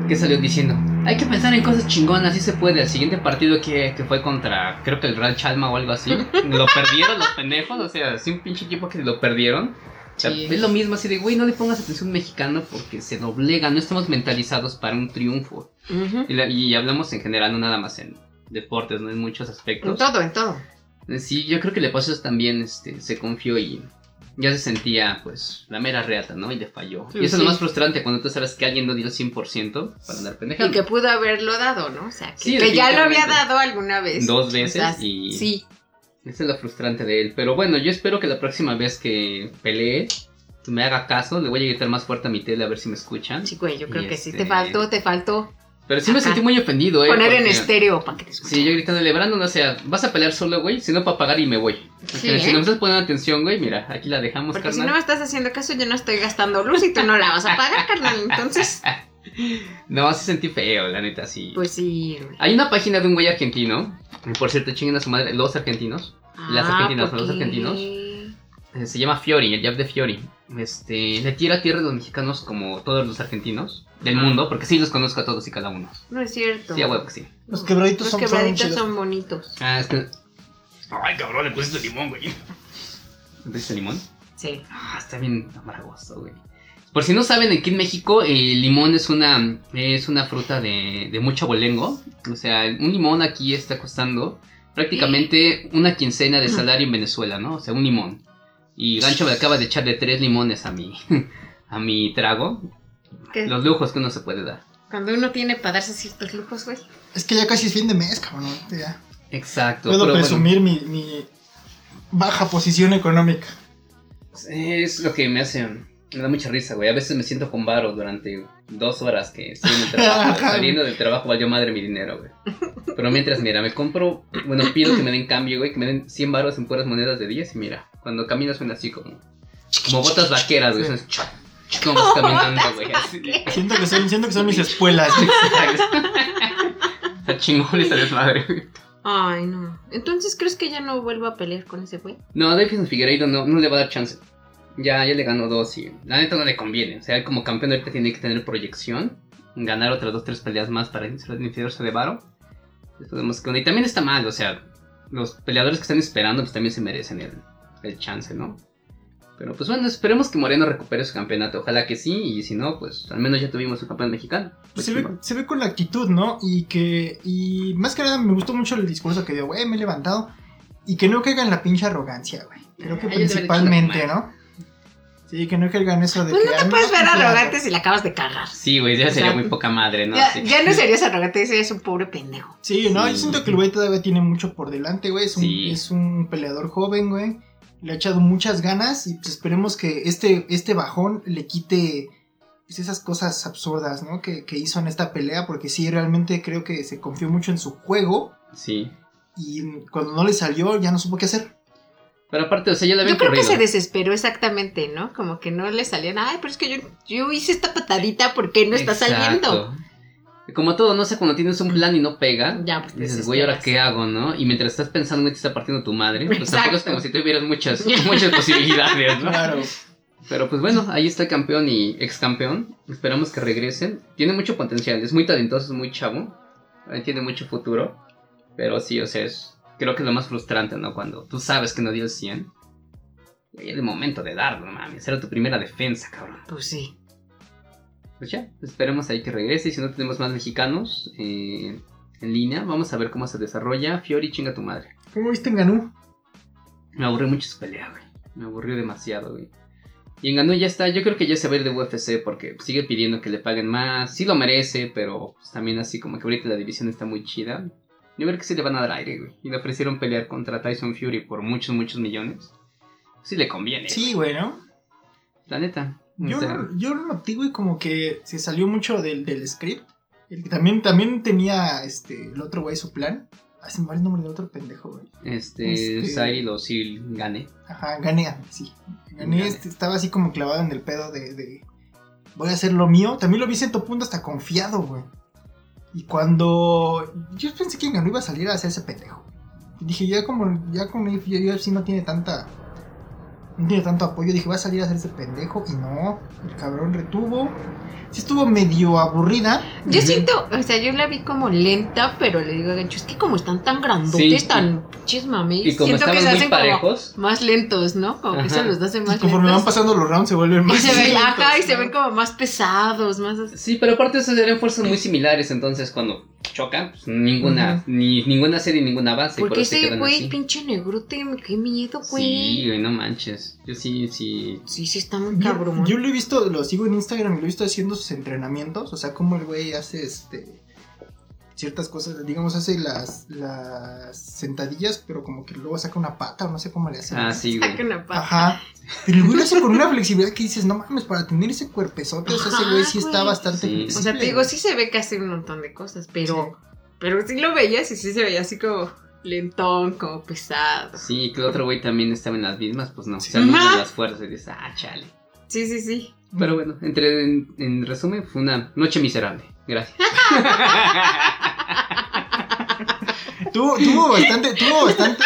B: que salió diciendo, hay que pensar en cosas chingonas, sí se puede. El siguiente partido que, que fue contra, creo que el Real Chalma o algo así, lo perdieron los pendejos, o sea, sí un pinche equipo que lo perdieron. O sea,
C: Sí.
B: Es lo mismo, así de, güey, no le pongas atención a un mexicano porque se doblega, no estamos mentalizados para un triunfo.
C: Ujú.
B: Y, la- y hablamos en general, no nada más en deportes, no en muchos aspectos.
C: En todo, en todo.
B: Sí, yo creo que le pasó también, este, se confió y ya se sentía, pues, la mera reata, ¿no? Y le falló.
C: Sí,
B: y eso es
C: sí.
B: lo más frustrante cuando tú sabes que alguien no dio el 100% para andar
C: Y
B: pendejando.
C: que pudo haberlo dado, ¿no? O sea, que,
B: Sí,
C: que ya lo había
B: definitivamente.
C: dado alguna vez.
B: Dos veces
C: pues, O sea,
B: y-
C: Sí.
B: Eso es lo frustrante de él. Pero bueno, yo espero que la próxima vez que pelee, me haga caso. Le voy a gritar más fuerte a mi tele a ver si me escuchan.
C: Sí, güey, yo creo
B: Y
C: que sí.
B: este-
C: Te faltó, te faltó
B: Pero sí me
C: Ajá.
B: sentí muy ofendido, ¿eh?
C: poner en este-
B: porque-
C: estéreo para que te escuchen.
B: Sí, yo gritándole, Brandon, o sea, vas a pelear solo, güey, si no para pagar y me voy.
C: Sí,
B: Porque Si
C: ¿eh?
B: no me estás poniendo atención, güey, mira, aquí la dejamos,
C: Porque si
B: carnal.
C: no me estás haciendo caso, yo no estoy gastando luz y tú no la vas a pagar, carnal. Entonces,
B: no... sí sentí feo, la neta, sí.
C: pues sí. güey.
B: Hay una página de un güey argentino. y Por cierto, chinguen a su madre, los argentinos. Las
C: Ah,
B: argentinas,
C: ¿por
B: los
C: qué?
B: argentinos. Eh, Se llama Fiori, el jab de Fiori. Este, le tira tierra a los mexicanos como todos los argentinos del mundo, porque sí los conozco a todos y cada uno.
C: No es cierto.
B: Sí, a huevo que sí.
A: Los quebraditos
C: Los
A: son- son
C: quebraditos
A: chidos.
C: son bonitos.
B: Ah, es que. Ay, cabrón, le pusiste limón, güey. ¿Le pusiste limón?
C: Sí.
B: Ah, está bien amargoso, güey. Por si no saben, aquí en México el limón es una, es una fruta de, de mucho abolengo. O sea, un limón aquí está costando prácticamente una quincena de salario en Venezuela, ¿no? O sea, un limón. Y Gancho me acaba de echar de tres limones a mi, a mi trago.
A: Eh.
C: Que
B: Los lujos que uno se puede dar.
C: Cuando uno tiene para darse ciertos lujos, güey.
A: Es que ya casi es fin de mes, cabrón. ahorita Ya.
B: Exacto.
A: Puedo
B: pero bueno,
A: presumir mi, mi baja posición económica.
B: es lo que me hace... Me da mucha risa, güey. A veces me siento con varo durante dos horas que estoy en el trabajo. saliendo del trabajo valió madre mi dinero, güey. Pero mientras, mira, me compro... Bueno, pido que me den cambio, güey. Que me den 100 varos en puras monedas de 10. Y mira, cuando camino suena así como... Como botas vaqueras, güey. suena así, Como vas caminando, güey. así.
A: Siento que son, siento que son mis espuelas. güey.
B: Está chingón esa desmadre, güey.
C: Ay, no. Entonces, ¿crees que ya no vuelvo a pelear con ese güey?
B: No, Delfín Figueiredo no, no le va a dar chance. Ya, ya le ganó dos y la neta no le conviene. O sea, él como campeón ahorita tiene que tener proyección. Ganar otras dos, tres peleas más para iniciarse de varo. Eso demuestra que- Y también está mal, o sea, los peleadores que están esperando pues también se merecen el, el chance, ¿no? Pero pues bueno, esperemos que Moreno recupere su campeonato. Ojalá que sí, y si no, pues al menos ya tuvimos su campeón mexicano. Pues,
A: se, ve,
B: chingón.
A: se ve con la actitud, ¿no? Y que. Y más que nada me gustó mucho el discurso que dio, güey, me he levantado. Y que no caiga en la pinche arrogancia, güey. Creo que
B: Ay, yo le hubiera dicho,
A: principalmente,
B: "No,
A: ¿no? Sí, que no caiga en eso de.
C: Pues
A: que,
C: no
A: "Ah,
C: te puedes ver
A: ya".
C: arrogante si la acabas de cagar.
B: Sí, güey, ya
C: O
B: sería
C: sea,
B: muy poca madre, ¿no?
C: ya,
B: Sí.
C: ya no serías arrogante, serías un pobre pendejo.
A: Sí, no,
B: Sí.
A: yo siento que el güey todavía tiene mucho por delante, güey. Es un,
B: Sí.
A: es un peleador joven, güey. Le ha echado muchas ganas y pues esperemos que este, este bajón le quite pues, esas cosas absurdas, ¿no? Que, que hizo en esta pelea, porque sí, realmente creo que se confió mucho en su juego
B: Sí.
A: y cuando no le salió ya no supo qué hacer.
B: Pero aparte, o sea, ya le
C: Yo
B: habían
C: creo que
B: corrido.
C: se desesperó exactamente, ¿no? Como que no le salían. Ay, pero es que yo, yo hice esta patadita, ¿por qué no está
B: Exacto.
C: saliendo?
B: Como todo, no sé, cuando tienes un plan y no pega,
C: Ya, pues, te
B: dices, güey, ¿ahora
C: desesperas.
B: qué hago, no? Y mientras estás pensando en te está partiendo tu madre, pues tampoco es
C: Exacto.
B: como si tuvieras muchas, muchas posibilidades, ¿no?
A: Claro.
B: Pero pues bueno, ahí está el campeón y ex campeón. Esperamos que regresen. Tiene mucho potencial, es muy talentoso, es muy chavo. eh, Tiene mucho futuro. Pero sí, o sea, es, creo que es lo más frustrante, ¿no? Cuando tú sabes que no dio el 100. Y era el momento de darlo, no mames. Era tu primera defensa, cabrón.
C: Pues sí.
B: Pues ya, esperemos ahí que regrese. Y si no tenemos más mexicanos eh, en línea, vamos a ver cómo se desarrolla. Fiori, chinga tu madre.
A: ¿Cómo viste en Ganú?
B: Me aburrió mucho su pelea, güey. Me aburrió demasiado, güey. Y en Ganú ya está. Yo creo que ya se va a ir de UFC porque sigue pidiendo que le paguen más. Sí lo merece, pero pues, también así como que ahorita la división está muy chida. Yo creo que sí le van a dar aire, güey. Y le ofrecieron pelear contra Tyson Fury por muchos, muchos millones. Sí le conviene.
A: Sí, güey, ¿no?
B: güey. La neta. O
A: Yo,
B: sea,
A: yo lo noté, güey, como que se salió mucho del, del script. El que también, también tenía este, el otro güey su plan. Ah, se me va el nombre del otro pendejo, güey.
B: este,
A: Este-
B: Cyril o Cyril gane.
A: Ajá, ganea, sí. Gané,
B: Gané.
A: este, estaba así como clavado en el pedo de, de, voy a hacer lo mío. También lo vi en punto hasta confiado, güey. Y cuando yo pensé que ganó iba a salir a hacerse pendejo. Y dije, ya como ya con mi UFC no tiene tanta no tiene tanto apoyo, dije, va a salir a hacerse pendejo y no, el cabrón retuvo. Sí estuvo medio aburrida.
C: Yo
B: Ujú.
C: siento, o sea, yo la vi como lenta, pero le digo a Gancho, es que como están tan grandotes,
B: Sí, y-
C: tan chismames,
B: Y como estaban muy parejos.
C: como más lentos, ¿no? Como que
B: Ajá.
C: eso los hace
A: Y
C: más
A: conforme van
C: lentos.
A: pasando los rounds se vuelven
C: Y
A: más
C: se ven,
A: lentos,
C: ajá, y se
A: ¿no?
C: ven como más pesados, más así.
B: Sí, pero aparte esos eran fuerzas muy similares, entonces cuando chocan, pues, ninguna, ni, ninguna serie, ninguna base. y
C: Porque
B: por eso se
C: ese
B: quedan
C: güey,
B: así.
C: pinche negrote, me qué miedo,
B: Sí,
C: güey.
B: güey, no manches. Yo sí, sí.
C: Sí, sí, está muy
A: Yo,
C: cabrón.
A: yo lo he visto, lo sigo en Instagram y lo he visto haciendo sus entrenamientos. O sea, como el güey hace este ciertas cosas, digamos, hace las, las sentadillas, pero como que luego saca una pata o no sé cómo le hace.
B: Ah, sí, güey.
C: Saca una pata.
A: Ajá. Pero el güey lo hace con una flexibilidad que dices, no mames, para tener ese cuerpezote, o sea, ese
C: Ajá,
A: güey sí está
C: güey.
A: bastante
B: Sí.
C: O sea, te
A: flexible.
C: digo, sí se ve que hace un montón de cosas, pero, pero sí lo veías y sí se veía así como lentón, como pesado.
B: Sí, que el otro güey también estaba en las mismas, pues no. Se de
C: Ajá.
B: las fuerzas y dices, ah, chale.
C: Sí, sí, sí.
B: Pero bueno, entre, en, en resumen, fue una noche miserable. Gracias.
A: Tuvo, tuvo bastante, tuvo bastante,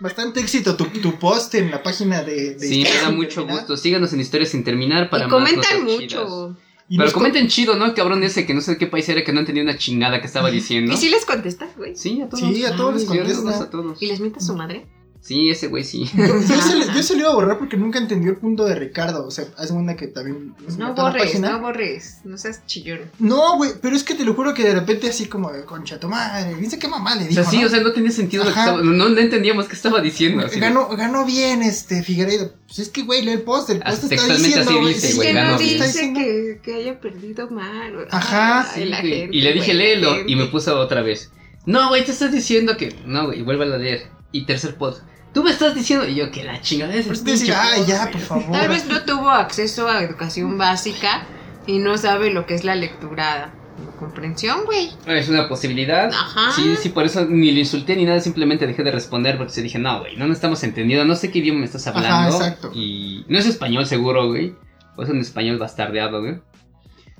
A: bastante éxito tu, tu post en la página de... de
B: Sí, me da
A: Instagram,
B: mucho
A: ¿verdad?
B: gusto. Síganos en Historias sin terminar para
C: y
B: más
C: comentan
B: notas chidas.
C: mucho.
A: Y
B: Pero
A: nos-
B: comenten chido, ¿no? El cabrón ese que no sé de qué país era que no entendía una chingada que estaba diciendo.
C: Y sí les contestas, güey.
B: Sí, a todos.
A: Sí, a todos les
B: Ay, yo
A: contesta.
B: los- a todos.
C: Y les mientas su madre.
B: Sí, ese güey sí.
A: Yo, yo se le, yo se lo iba a borrar porque nunca entendió el punto de Ricardo. O sea, hace una que también. se
C: No
A: metió a la
C: borres,
A: página.
C: no borres. No seas chillón.
A: No, güey, pero es que te lo juro que de repente así como de concha, tu madre. Dice que mamá le
B: O
A: dijo.
B: sea, sí,
A: ¿no?
B: o sea, no tenía sentido lo que
A: Ajá.
B: estaba. No, no entendíamos qué estaba diciendo. así de-
A: ganó, ganó bien este Figueiredo. Pues es que, güey, lee el post. El post está
B: Textualmente
A: diciendo.
B: así
A: güey,
B: dice,
A: sí,
B: güey,
C: que
A: el
B: ganó
C: no
A: post está
B: bien.
C: dice
A: diciendo-
C: que, que haya perdido mal.
A: Ajá,
C: Ay,
B: Sí,
C: la
B: güey.
C: gente,
B: y le dije,
C: güey, la
B: léelo. Y
C: gente.
B: me puso otra vez. No, güey, te estás diciendo que. No, güey, vuelve a leer. Y tercer pod. Tú me estás diciendo. Y yo, que la chingada es. el
A: Pues te decía,
B: pinche
A: ay,
B: pod,
A: ya,
B: güey".
A: por favor.
C: Tal vez no tuvo acceso a educación básica y no sabe lo que es la lecturada. Comprensión, güey.
B: Es una posibilidad.
C: Ajá.
B: Sí, sí, por eso ni le insulté ni nada. Simplemente dejé de responder porque se dije, no, güey, no nos estamos entendiendo. No sé qué idioma me estás
A: Ajá,
B: hablando.
A: exacto.
B: Y no es español, seguro, güey. O es un español bastardeado, güey.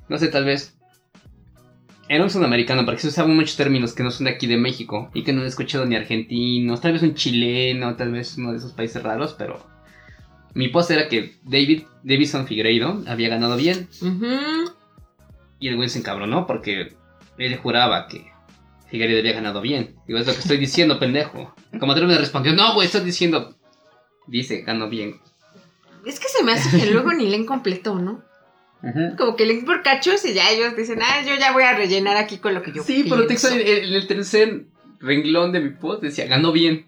B: No sé, tal vez. Era un sudamericano, porque se usaban muchos términos que no son de aquí de México y que no he escuchado ni argentinos, tal vez un chileno, tal vez uno de esos países raros, pero mi post era que David Davison Figueiredo había ganado bien
C: Ujú.
B: y el güey se encabronó porque él juraba que Figueiredo había ganado bien. Digo, es lo que estoy diciendo, pendejo. Como me respondió, no, güey, estás diciendo. Dice, ganó bien.
C: Es que se me hace que luego ni leen completo, ¿no? Como que leen por cachos y ya ellos dicen, ah, yo ya voy a rellenar aquí con lo que yo
B: Sí, pero texto
C: pienso".
B: en, en el tercer renglón de mi post decía, ganó bien.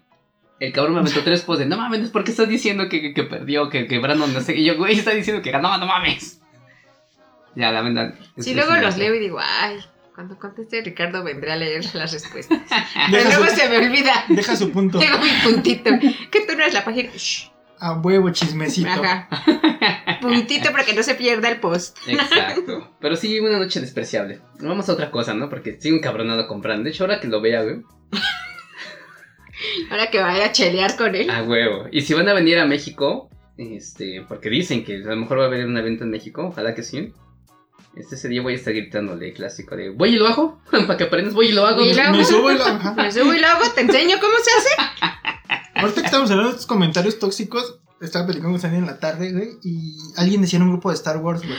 B: El cabrón me aventó tres posts de, no mames, ¿por qué estás diciendo que, que- que perdió? Que, que Brandon no sé qué. Y yo, güey, está diciendo que ganó, no mames. Ya, la verdad. es-
C: Sí,
B: es
C: luego
B: una-
C: los leo y digo, ay, cuando conteste Ricardo vendré a leer las respuestas. Pero
A: Deja
C: luego
A: su-
C: se me olvida.
A: Deja su punto.
C: Tengo mi puntito. Que tú no eres la página. Shh.
A: A huevo, chismecito.
C: Ajá. Puntito para que no se pierda el post.
B: Exacto. Pero sí, una noche despreciable. Vamos a otra cosa, ¿no? Porque sigo encabronado con Brandon. De hecho, ahora que lo vea, güey.
C: Ahora que vaya a chelear con él.
B: A huevo. Y si van a venir a México, este, porque dicen que a lo mejor va a haber un evento en México, ojalá que sí. Este ese día voy a estar gritándole clásico de voy y lo hago, para que aprendas voy y lo hago.
C: Y la-
A: Me subo y la- ajá.
C: Me subo y lo hago, te enseño cómo se hace.
A: Ahorita que estamos hablando de estos comentarios tóxicos, estaba platicando con Sandy en la tarde, güey, y alguien decía en un grupo de Star Wars, güey.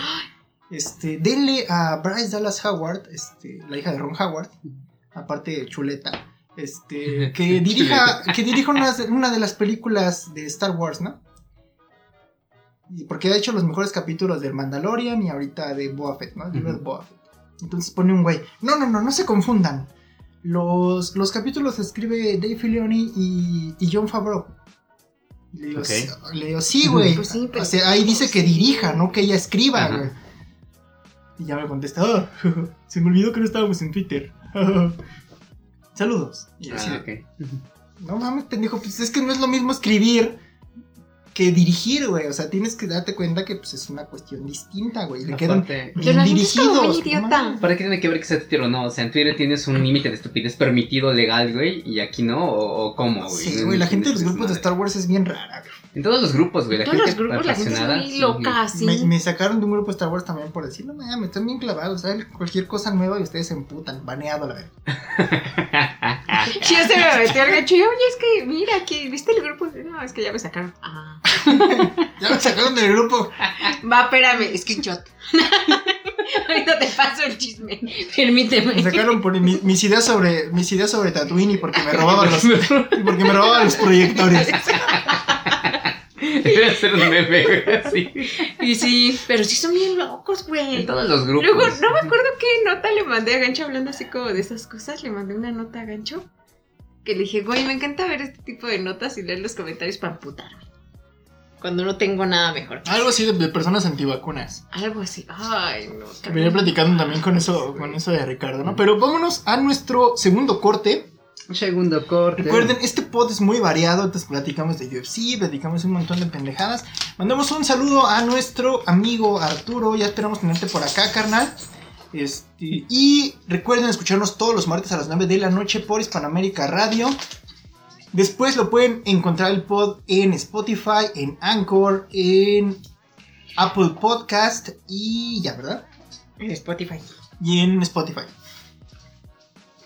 A: Este, denle a Bryce Dallas Howard, este, la hija de Ron Howard, aparte de chuleta, este, que dirija, que dirija una, una de las películas de Star Wars, ¿no? Y porque ha hecho los mejores capítulos del Mandalorian y ahorita de Boba Fett, ¿no? El libro de
B: Ujú.
A: Boba Fett. Entonces pone un güey, no, no, no, no se confundan. Los, los capítulos escribe Dave Filoni y, y John Favreau. Le digo,
B: Ok.
A: "Sí", le digo, sí, güey.
C: Pues sí, pero-
A: O sea, ahí dice que dirija, no que ella escriba,
B: Ajá.
A: güey. Y ya me contesta, "Ah, se me olvidó que no estábamos en Twitter. Saludos. Y yo así de,
B: Ah, ok.
A: no mames, pendejo, pues es que no es lo mismo escribir que dirigir, güey. O sea, tienes que darte cuenta que pues es una cuestión distinta, güey. Le quedan
B: Aparte,
C: Pero la
A: bien
C: gente es como
A: dirigidos.
C: muy
A: no
C: idiota.
A: mames.
B: ¿Para qué tiene que ver que sea Twitter o no? O sea, en Twitter tienes un límite de estupidez permitido legal, güey, y aquí no, o, o cómo, güey.
A: Sí,
B: No
A: güey, la
B: entiendes
A: gente de los
B: esa
A: grupos de
B: madre.
A: Star Wars es bien rara, güey.
B: En todos los grupos, güey, la
C: Todos los
B: gente
C: grupos, la gente es
B: apasionada,
C: muy
B: sí.
C: loca, así.
A: Me, me sacaron de un grupo de Star Wars también por decir, no mames, están bien clavados, ¿sabes? Cualquier cosa nueva y ustedes se emputan, baneado a la vez.
C: Sí, ya se me metió el gancho. Y, Oye, es que mira, aquí, ¿viste el grupo? No, es que ya me sacaron. Ah.
A: Ya me sacaron del grupo.
C: Va, espérame, screenshot. Ahorita te paso el chisme. Permíteme.
A: Me sacaron por mi- mis ideas sobre mis ideas sobre Tatooine y porque me robaban los porque me robaban los proyectores.
B: Debe ser un meme, güey, así.
C: Y sí, pero sí son bien locos,
B: En
C: güey.
B: todos los grupos.
C: Luego,
A: pues,
C: no me acuerdo qué nota le mandé a Gancho hablando así como de esas cosas. Le mandé una nota a Gancho que le dije, güey, me encanta ver este tipo de notas y leer los comentarios para amputarme. Cuando no tengo nada mejor.
A: Algo así de, de personas antivacunas.
C: Algo así. Ay, no.
A: Que venía platicando también con eso, con eso de Ricardo, ¿no? Pero vámonos a nuestro segundo corte.
B: Un segundo corte.
A: Recuerden, este pod es muy variado, entonces platicamos de UFC, platicamos un montón de pendejadas. Mandamos un saludo a nuestro amigo Arturo, ya esperamos tenerte por acá, carnal. Este, y recuerden escucharnos todos los martes a las 9 de la noche por Hispanoamérica Radio. Después lo pueden encontrar el pod en Spotify, en Anchor, en Apple Podcast y ya, ¿verdad?
C: En Spotify.
A: y en Spotify.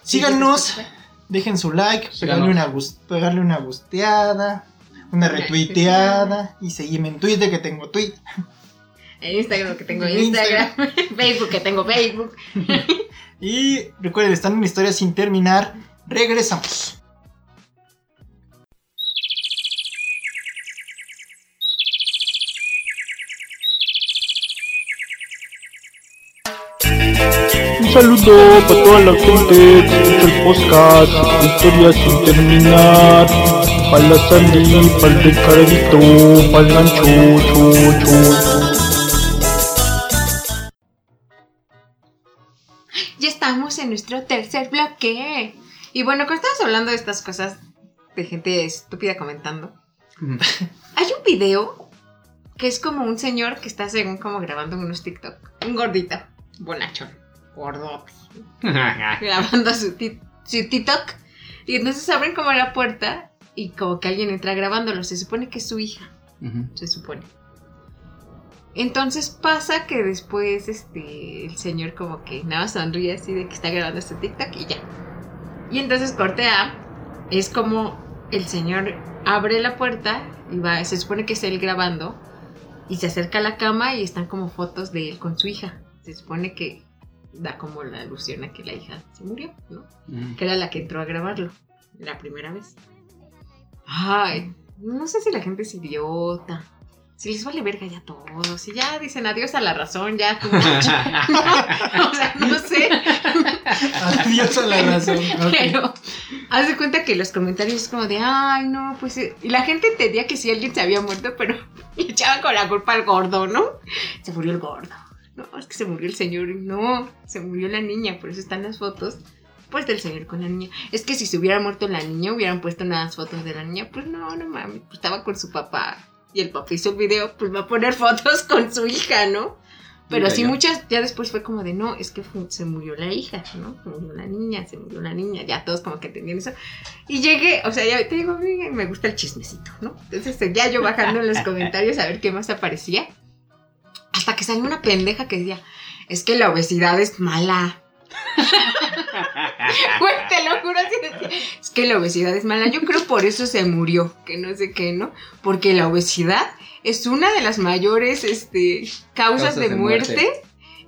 A: Síganos,
C: Spotify.
A: dejen su like,
B: Síganos.
A: pegarle una, gus- pegarle una gusteada, una retuiteada y seguime en Twitter que tengo tweet.
C: En Instagram que tengo
A: Instagram.
C: Instagram. Facebook que tengo Facebook.
A: Y recuerden, están en historia sin terminar. Regresamos.
E: Un saludo para toda la gente que escucha el podcast, historias sin terminar. Para la Sandy, para el Ricardito, para el Gancho, cho, cho.
C: Ya estamos en nuestro tercer bloque. Y bueno, cuando estamos hablando de estas cosas de gente estúpida comentando,
B: Ujú.
C: hay un video que es como un señor que está según como grabando unos TikTok. Un gordito, bonachón, gordo, grabando su, ti- su TikTok. Y entonces abren como la puerta y como que alguien entra grabándolo. Se supone que es su hija.
B: Ujú.
C: se supone. Entonces pasa que después este el señor como que nada más sonríe así de que está grabando este TikTok y ya. Y entonces corte A es como el señor abre la puerta y va, se supone que es él grabando y se acerca a la cama y están como fotos de él con su hija. Se supone que da como la alusión a que la hija se murió, ¿no?
B: Ujú.
C: que era la que entró a grabarlo la primera vez. Ay, no sé si la gente es idiota. Si les vale verga ya todo, si ya dicen adiós a la razón, ya too much. No, o sea, no sé,
A: Adiós a la razón. Ok.
C: pero haz de cuenta que los comentarios es como de, ay, no, pues, eh", y la gente entendía que si alguien se había muerto, pero le echaban con la culpa al gordo, ¿no? Se murió el gordo, no, es que se murió el señor, no, se murió la niña, por eso están las fotos, pues, del señor con la niña. Es que si se hubiera muerto la niña, hubieran puesto unas fotos de la niña, pues, no, no mames, pues, estaba con su papá, y el papá hizo el video, pues, va a poner fotos con su hija, ¿no? Pero
B: Mira,
C: sí,
B: ya.
C: muchas, ya después fue como de, no, es que fu- se murió la hija, ¿no? Se murió la niña, se murió la niña, ya todos como que entendían eso. Y llegué, o sea, ya te digo, "Mira, me este, gusta el chismecito, ¿no? Entonces ya yo bajando en los comentarios a ver qué más aparecía. Hasta que salió una pendeja que decía, es que la obesidad es mala. Güey, te lo juro, así decía, es que la obesidad es mala. Yo creo por eso se murió, que no sé qué, ¿no? Porque la obesidad es una de las mayores este,
B: Causas
C: causas, de,
B: de
C: muerte.
B: muerte.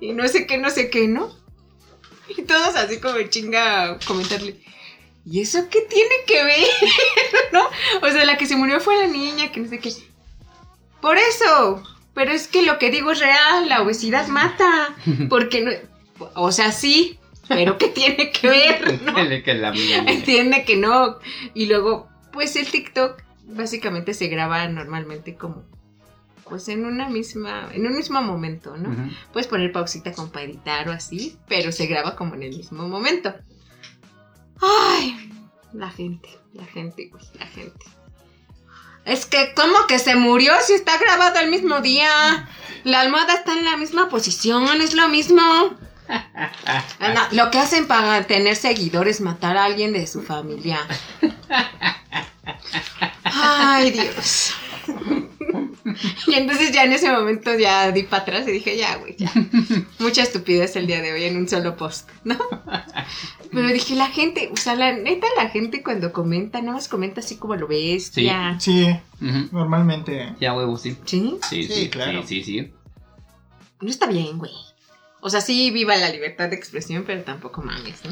C: y no sé qué, no sé qué, ¿no? Y todos así como chinga comentarle. ¿Y eso qué tiene que ver? ¿No? O sea, la que se murió fue la niña, que no sé qué. Por eso. Pero es que lo que digo es real, la obesidad mata. Porque no. O sea, sí, pero ¿qué tiene que ver? ¿no?
B: Que le- que la mía.
C: Entiende que no. Y luego, pues el TikTok básicamente se graba normalmente como. Pues en una misma. En un mismo momento, ¿no?
B: Ujú.
C: Puedes poner pausita como para editar o así, pero se graba como en el mismo momento. Ay, la gente, la gente, güey, la gente. Es que, ¿cómo que se murió si está grabado el mismo día? La almohada está en la misma posición, es lo mismo. Ah, no, lo que hacen para tener seguidores, matar a alguien de su familia. Ay, Dios. Y entonces ya en ese momento ya di para atrás y dije, ya, güey, ya. Mucha estupidez el día de hoy en un solo post, ¿no? Pero dije, la gente, o sea, la neta, la gente cuando comenta, nada más comenta así como lo ves,
B: Sí.
C: ya.
A: Sí,
B: Ujú.
A: normalmente.
B: Ya, huevo, sí.
C: ¿Sí?
B: Sí,
A: Sí,
B: sí,
A: claro.
B: Sí, sí, sí.
C: No está bien, güey. O sea, sí, viva la libertad de expresión, pero tampoco mames, ¿no?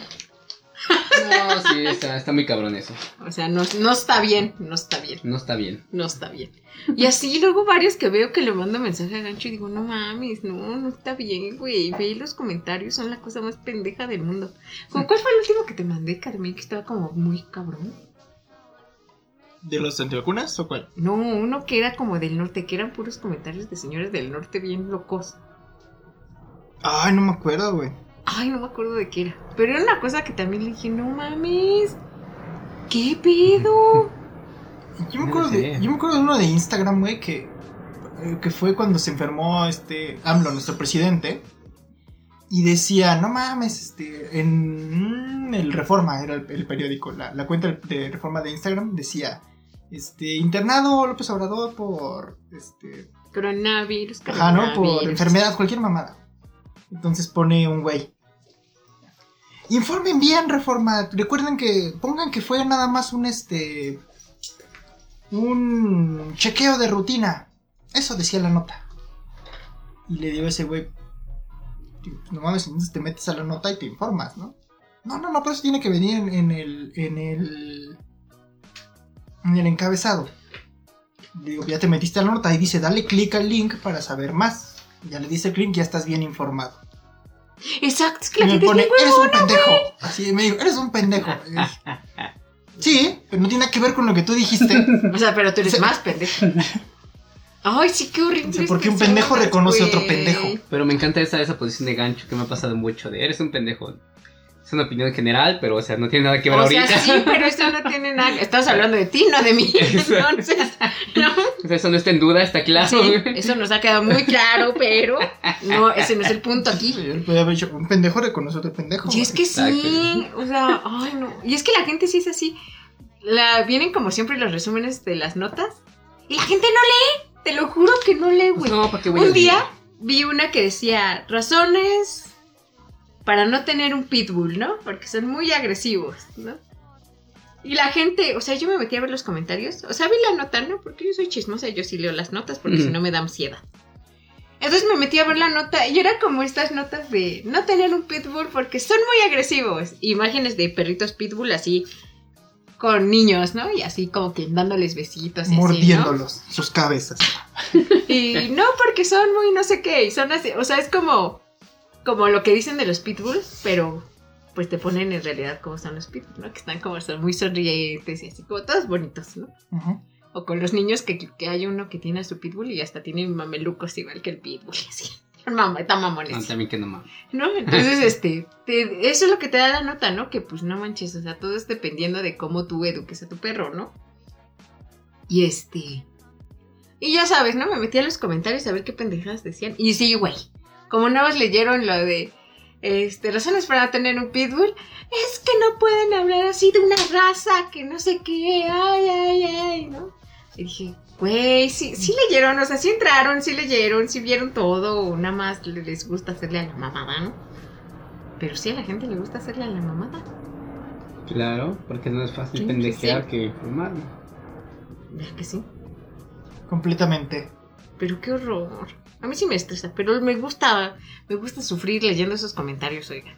B: No, sí, está, está muy cabrón eso.
C: O sea, no, no está bien, no está bien,
B: No está bien.
C: no está bien. Y así luego varios que veo que le mando mensaje a Gancho y digo, no mames, no, no está bien, güey. Ve los comentarios, son la cosa más pendeja del mundo. ¿Con cuál fue el último que te mandé, Carmen, que estaba como muy cabrón?
A: ¿De los antivacunas o cuál?
C: No, uno que era como del norte, que eran puros comentarios de señores del norte bien locos.
A: Ay, no me acuerdo, güey.
C: Ay, no me acuerdo de qué era. Pero era una cosa que también le dije, no mames. ¿Qué pedo?
A: Yo me acuerdo,
B: Sí.
A: de, yo me acuerdo de uno de Instagram, güey, que, eh, que fue cuando se enfermó este AMLO, nuestro presidente. Y decía, no mames, este, en mm, el Reforma, era el, el periódico, la, la cuenta de Reforma de Instagram, decía, este, internado López Obrador por, este,
C: Coronavirus,
A: ajá, ¿no?
C: coronavirus.
A: Por enfermedad, cualquier mamada. Entonces pone un güey. Informen bien, Reforma. Recuerden que pongan que fue nada más un este un chequeo de rutina. Eso decía la nota. Y le digo a ese güey, no mames, entonces te metes a la nota y te informas, ¿no? No, no, no, pero eso tiene que venir en, en el en el en el encabezado. Le digo, ya te metiste a la nota y dice, dale clic al link para saber más. Ya le dice clic, ya estás bien informado.
C: Exacto, es que
A: Y
C: la
A: me
C: gente
A: pone,
C: es bien
A: eres un
C: huevona,
A: pendejo.
C: güey.
A: Así me dijo, eres un pendejo. Y dije, Sí, pero no tiene nada que ver con lo que tú dijiste.
C: O sea, pero tú eres
A: Sí.
C: más pendejo. Ay, sí, qué horrible.
A: O sea, porque un pendejo reconoce a otro pendejo.
B: Pero me encanta esa, esa posición de gancho que me ha pasado mucho de eres un pendejo. Es una opinión general, pero o sea, no tiene nada que ver
C: O sea,
B: ahorita.
C: sí, pero eso no tiene nada. Estás hablando de ti, no de mí. Entonces, no.
B: O sea, eso no está en duda, está claro.
C: Sí,
B: güey.
C: eso nos ha quedado muy claro, pero no, ese no es el punto aquí.
A: Sí, él podía haber dicho, un pendejo reconoce a otro pendejo.
C: Y es que sí,
B: Exacto.
C: o sea, ay no. Y es que la gente sí es así. La, vienen como siempre los resúmenes de las notas. Y la gente no lee. Te lo juro que no lee, güey.
B: Pues no, ¿para qué voy a
C: un
B: leer?
C: día vi una que decía razones para no tener un pitbull, ¿no? Porque son muy agresivos, ¿no? Y la gente, o sea, yo me metí a ver los comentarios. O sea, vi la nota, ¿no? Porque yo soy chismosa, yo sí leo las notas porque
B: Ujú.
C: si no me da ansiedad. Entonces me metí a ver la nota y era como estas notas de no tener un pitbull porque son muy agresivos. Imágenes de perritos pitbull así con niños, ¿no? Y así como que dándoles besitos y así, ¿no?
A: Mordiéndolos, sus cabezas.
C: Y no, porque son muy no sé qué, y son así, o sea, es como, como lo que dicen de los pitbulls, pero pues te ponen en realidad cómo son los pitbulls, ¿no? Que están como son muy sonrientes y así, como todos bonitos, ¿no?
A: Ujú.
C: O con los niños que, que hay uno que tiene a su pitbull y hasta tiene mamelucos igual que el pitbull, y así. Mamá, está
B: No,
C: mamones.
B: también que no mames.
C: ¿No? Entonces, este, te- eso es lo que te da la nota, ¿no? Que pues no manches, o sea, todo es dependiendo de cómo tú eduques a tu perro, ¿no? Y este. Y ya sabes, ¿no? Me metí a los comentarios a ver qué pendejadas decían. Y sí, güey. Como nada más leyeron lo de. Este, razones para tener un pitbull. Es que no pueden hablar así de una raza, que no sé qué. Ay, ay, ay, ¿no? Y dije, Güey, sí, sí leyeron, o sea, sí entraron, sí leyeron, sí vieron todo, o nada más le- les gusta hacerle a la mamada, ¿no? Pero sí a la gente le gusta hacerle a la mamada.
B: Claro, porque no es fácil
C: Sí,
B: pendejear
C: sí.
B: que fumar.
C: ¿Verdad que sí?
A: Completamente.
C: Pero qué horror. A mí sí me estresa, pero me gusta, me gusta sufrir leyendo esos comentarios, oiga.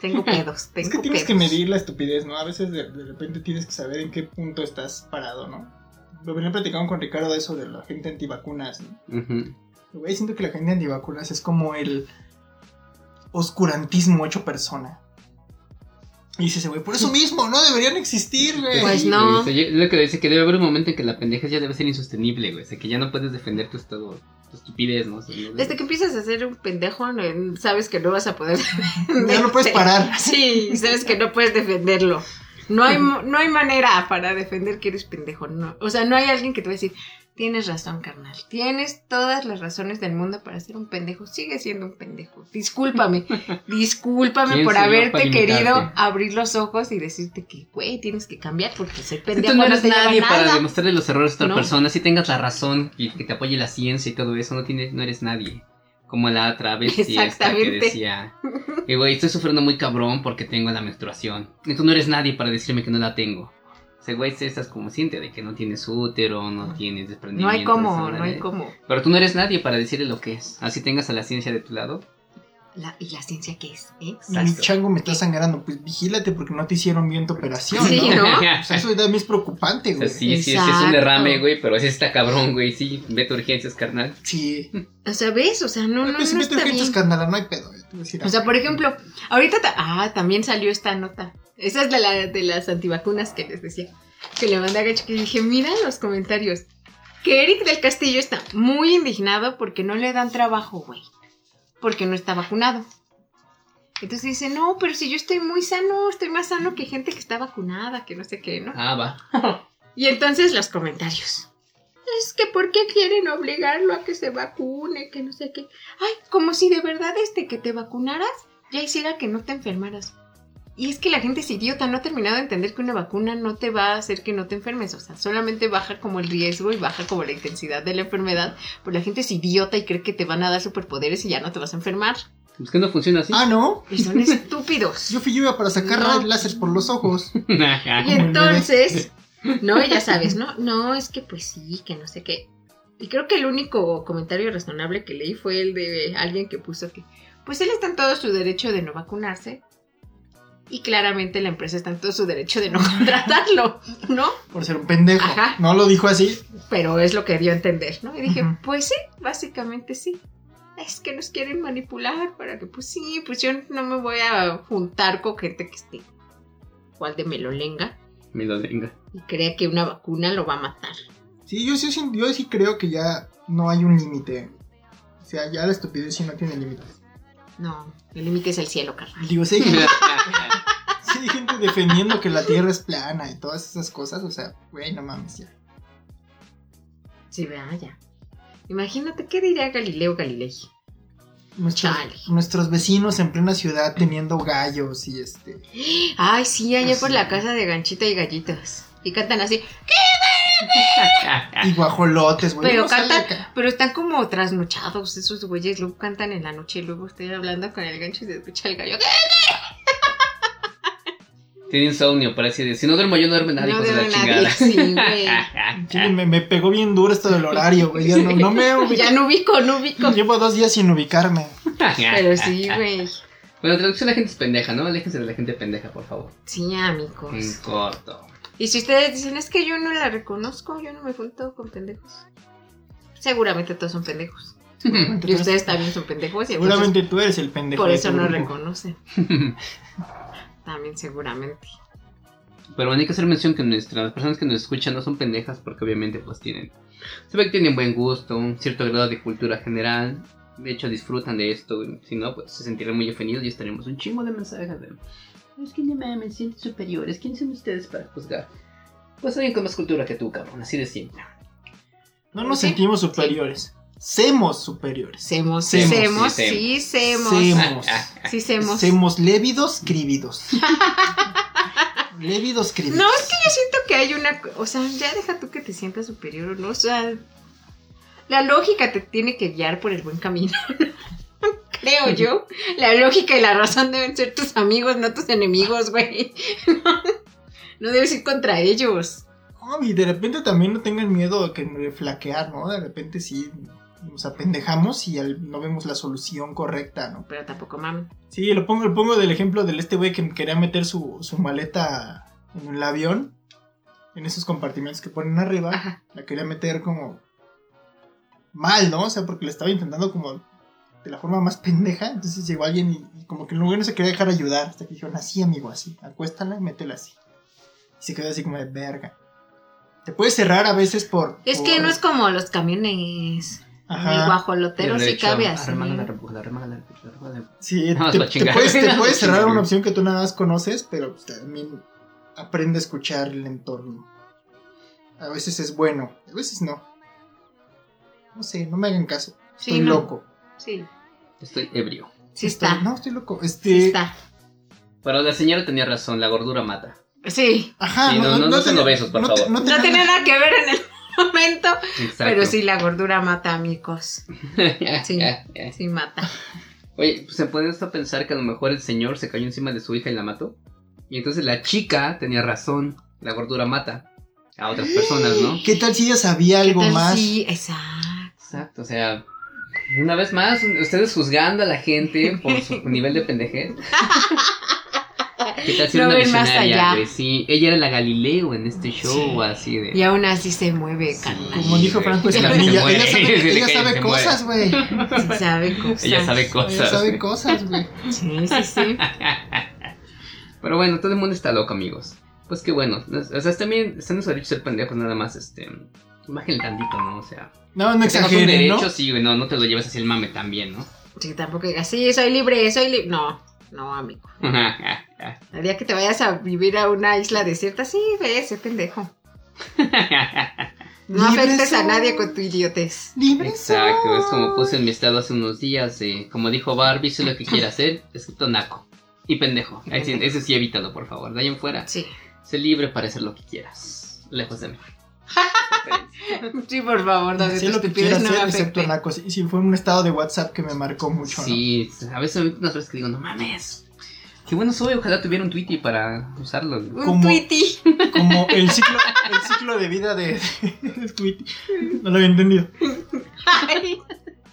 C: Tengo pedos, tengo
A: Es que tienes
C: pedos.
A: que medir la estupidez, ¿no? A veces de, de repente tienes que saber en qué punto estás parado, ¿no? Lo venía platicando con Ricardo de eso de la gente antivacunas, ¿no?
B: Ujú.
A: Güey, siento que la gente antivacunas es como el oscurantismo hecho persona. Y dice ese güey, por eso mismo, no deberían existir, güey.
C: Pues
B: Sí,
C: no.
B: güey, o sea, yo- lo que dice que debe haber un momento en que la pendejez ya debe ser insostenible, güey. O sea, que ya no puedes defender tu estado, tu estupidez, ¿no? O sea, no debe-
C: Desde que empiezas a ser un pendejo, no- sabes que no vas a poder. este,
A: Ya no puedes
C: defenderte.
A: parar.
C: Sí, sabes que no puedes defenderlo. No hay, mo- no hay manera para defender que eres pendejo. No. O sea, no hay alguien que te va a decir, tienes razón, carnal. Tienes todas las razones del mundo para ser un pendejo. Sigue siendo un pendejo. Discúlpame. Discúlpame
B: ¿Quién
C: por
B: soy yo
C: haberte
B: para limitarte?
C: querido abrir los ojos y decirte que, güey, tienes que cambiar porque ser
B: Es que
C: pendejo
B: tú no
C: no,
B: eres
C: te lleva a
B: nadie para
C: nada.
B: demostrarle los errores a otra
C: No.
B: persona. Si tengas la razón y que te apoye la ciencia y todo eso, no, tienes, no eres nadie. Como la travesti esta que
C: Exactamente.
B: decía, "Eh, güey, estoy sufriendo muy cabrón porque tengo la menstruación. Y tú no eres nadie para decirme que no la tengo. O sea, güey, sí estás consciente de que no tienes útero, no tienes
C: No
B: desprendimiento.
C: hay cómo,
B: de esa
C: no hay
B: madre.
C: cómo.
B: Pero tú no eres nadie para decirle lo que es. Así tengas a la ciencia de tu lado.
C: La- ¿Y la ciencia qué es? ¿Eh?
A: Mi chango me está sangrando. Pues vigílate porque no te hicieron bien tu operación,
C: Sí,
A: ¿no?
C: ¿no?
A: O sea, eso también es preocupante,
B: O sea,
A: güey.
B: sí, sí, sí, es un
C: Exacto.
B: derrame, güey, pero sí está cabrón, güey. Sí, vete a urgencias, carnal.
A: Sí.
C: O sea, ¿ves? O sea, no, no,
A: Pero si
C: no
A: metes
C: está
A: gente
C: bien.
A: escándala, no hay pedo. güey, te voy a decir
C: O sea, por ejemplo, ahorita... ta- ah, también salió esta nota. Esa es de, la, de las antivacunas que les decía. Que le mandé a Gacho que dije, mira los comentarios. Que Eric del Castillo está muy indignado porque no le dan trabajo, güey. Porque no está vacunado. Entonces dice, no, pero si yo estoy muy sano, estoy más sano que gente que está vacunada, que no sé qué, ¿no?
B: Ah, va.
C: Y entonces los comentarios. Es que ¿por qué quieren obligarlo a que se vacune? Que no sé qué. Ay, como si de verdad este que te vacunaras ya hiciera que no te enfermaras. Y es que la gente es idiota, no ha terminado de entender que una vacuna no te va a hacer que no te enfermes. O sea, solamente baja como el riesgo y baja como la intensidad de la enfermedad. Pues la gente es idiota y cree que te van a dar superpoderes y ya no te vas a enfermar.
B: Pues que no funciona así.
A: Ah, no.
C: Y son estúpidos.
A: Yo fui lluvia para sacar
C: No.
A: rayos láser por los ojos.
B: Ajá.
C: Y entonces, no, ya sabes, ¿no? No, es que pues sí, que no sé qué. Y creo que el único comentario razonable que leí fue el de alguien que puso que, pues él está en todo su derecho de no vacunarse. Y claramente la empresa está en todo su derecho de no contratarlo, ¿no?
A: Por ser un pendejo.
C: Ajá.
A: No lo dijo así.
C: Pero es lo que dio a entender, ¿no? Y dije,
A: Ujú.
C: pues sí, básicamente sí. Es que nos quieren manipular para que, pues sí, pues yo no me voy a juntar con gente que esté igual de melolenga
B: Me lo venga.
C: y crea que una vacuna lo va a matar.
A: Sí, yo sí, sí- yo sí creo que ya no hay un límite. O sea, ya la estupidez sí no tiene límites.
C: No, el límite es el cielo, carnal.
A: Digo, sí hay, gente, sí hay gente defendiendo que la Tierra es plana y todas esas cosas. O sea, güey, no mames. Ya.
C: Sí, vea, ya. Imagínate qué diría Galileo Galilei.
A: Nuestros,
C: Chale.
A: nuestros vecinos en plena ciudad teniendo gallos y este.
C: Ay, sí, allá
A: Ah,
C: por
A: sí.
C: la casa de ganchita y gallitos. Y cantan así,
A: Y guajolotes, güey.
C: Pero
A: uno sale
C: cantan-
A: acá.
C: pero están como trasnochados esos güeyes. Luego cantan en la noche y luego estoy hablando con el gancho y se escucha el gallo.
B: Tiene insomnio, para así decir. Si no duermo yo, no duerme nadie.
C: No
B: hijos de
C: duerme
B: la
C: nadie,
B: chingada.
C: sí, güey.
A: Sí, me, me pegó bien duro esto del horario, güey. Ya no, no me ubico.
C: Ya no ubico, no ubico.
A: Llevo dos días sin ubicarme.
C: Pero sí, güey.
B: Bueno, traducción, la gente es pendeja, ¿no? Aléjense de la gente pendeja, por favor.
C: Sí,
B: En
C: amigos.
B: corto.
C: Y si ustedes dicen, es que yo no la reconozco, yo no me junto con pendejos. Seguramente todos son pendejos. Y ustedes también son pendejos. y entonces-
A: Seguramente tú eres el pendejo.
C: pues, Por
A: de
C: eso
A: tu
C: no
A: grupo.
C: reconocen. También seguramente.
B: Pero bueno, hay que hacer mención que nuestras las personas que nos escuchan no son pendejas porque obviamente pues tienen, se ve que tienen buen gusto, un cierto grado de cultura general, de hecho disfrutan de esto, si no pues se sentirán muy ofendidos y estaremos un chingo de mensajes de... Es que no mames, sienten superiores, ¿quiénes son ustedes para juzgar? Pues alguien con más cultura que tú, cabrón, así de siempre.
A: No nos
C: Sí,
A: sentimos superiores. Semos superiores.
C: Semos, sí,
B: Semos,
C: semos,
B: sí,
C: sí, semos. Ah,
A: Semos.
C: Sí, semos.
A: Semos lévidos, crívidos. Lévidos créditos.
C: No, es que yo siento que hay una. O sea, ya deja tú que te sientas superior, ¿no? O sea, la lógica te tiene que guiar por el buen camino. Creo yo. La lógica y la razón deben ser tus amigos, no tus enemigos, güey. No, debes ir contra ellos.
A: No, Oh, y de repente también no tengan miedo de que de flaquear, ¿no? De repente sí nos apendejamos y al- no vemos la solución correcta, ¿no?
C: Pero tampoco mamen.
A: Sí, lo pongo, lo pongo del ejemplo del este güey que quería meter su, su maleta en el avión, en esos compartimentos que ponen arriba,
C: Ajá.
A: la quería meter como mal, ¿no? O sea, porque la estaba intentando como de la forma más pendeja, entonces llegó alguien y, y como que el güey no se quería dejar ayudar, hasta que dijeron, así amigo, así, acuéstala y métela así. Y se quedó así como de verga. Te puedes cerrar a veces por...
C: Es
A: por-
C: que no es como los camiones. El
A: Ajá,
C: guajolotero sí
B: Derecho,
C: cabe así.
B: arremangala, repújala, arremangala, repújala, arremangala.
A: sí,
B: Vamos
A: te,
B: a la
A: te
B: chingada.
A: puedes, te puedes cerrar
B: Sí.
A: una opción que tú nada más conoces, pero pues, también aprende a escuchar el entorno. A veces es bueno, a veces no. No sé, no me hagan caso.
C: Sí,
A: Estoy
C: no.
A: loco.
C: Sí,
B: Estoy ebrio.
C: sí
A: Estoy-
C: está.
A: No, estoy loco. Este,
C: Sí está.
B: Pero la señora tenía razón, la gordura mata.
C: Sí.
A: Ajá,
B: Sí, no- no- no sean
A: tenía-
B: obesos, por
A: no te-
B: favor.
A: no
C: No
A: tenía-
C: tiene nada que ver en el momento,
B: Exacto.
C: pero sí la gordura mata, amigos. sí. Sí mata.
B: Oye, pues, se puede esto pensar que a lo mejor el señor se cayó encima de su hija y la mató. Y entonces la chica tenía razón, la gordura mata a otras personas, ¿no?
A: ¿Qué tal si ella sabía algo
C: ¿Qué tal
A: más?
C: si- exacto.
B: Exacto, o sea, una vez más, ustedes juzgando a la gente por su nivel de pendejez. ¿Qué tal si era
C: No
B: una
C: ven más
B: visionaria,
C: allá.
B: güey? Sí, ella era la Galileo en este show,
A: Sí.
B: así de...
C: Y aún así se mueve, carnal.
A: Como dijo
B: güey.
A: Franco
B: Es la que se
A: Escamilla,
B: muere.
A: ella sabe,
B: Es la
A: ella
B: que
A: sabe
B: se muere.
A: cosas, güey.
C: Sí sabe cosas.
B: Ella sabe
A: Ella
B: cosas.
A: sabe
B: güey.
A: cosas, güey.
C: Sí, sí, sí.
B: Pero bueno, todo el mundo está loco, amigos. Pues qué bueno. O sea, también están los derechos de ser pendejos, nada más, este... Imagínate tantito, ¿no? O sea...
A: No, no
B: que tengas un
A: exageren, ¿no?
B: derecho, sí, güey, no, no te lo lleves así el mame también, ¿no?
C: Sí, tampoco digas, sí, soy libre, soy libre. No, no, amigo. El día que te vayas a vivir a una isla desierta, sí, ve ese pendejo. No
A: Libre
C: afectes a
A: soy.
C: nadie con tu idiotez.
A: Libre
B: Exacto,
A: soy.
B: es como pues, puse en mi estado hace unos días. eh, como dijo Barbie, sé lo que quiere hacer, escrito naco y pendejo. Ahí sí- Ese sí, evítalo, por favor. De ahí en fuera,
C: Sí.
B: sé libre para hacer lo que quieras. Lejos de mí.
C: Sí, por favor, no,
A: Sé
C: tus
A: lo que
C: pipiles
A: quiero
C: no me
A: hacer, excepto
C: afecten.
A: nacos. Y si fue un estado de WhatsApp que me marcó mucho, ¿no?
B: Sí, a veces hay unas veces que digo, no mames. Qué bueno soy, ojalá tuviera un Twitty para usarlo. güey.
C: Un
A: Como-
C: tweety.
A: Como el ciclo, el ciclo de vida de, del tweet. No lo había entendido.
C: Ay.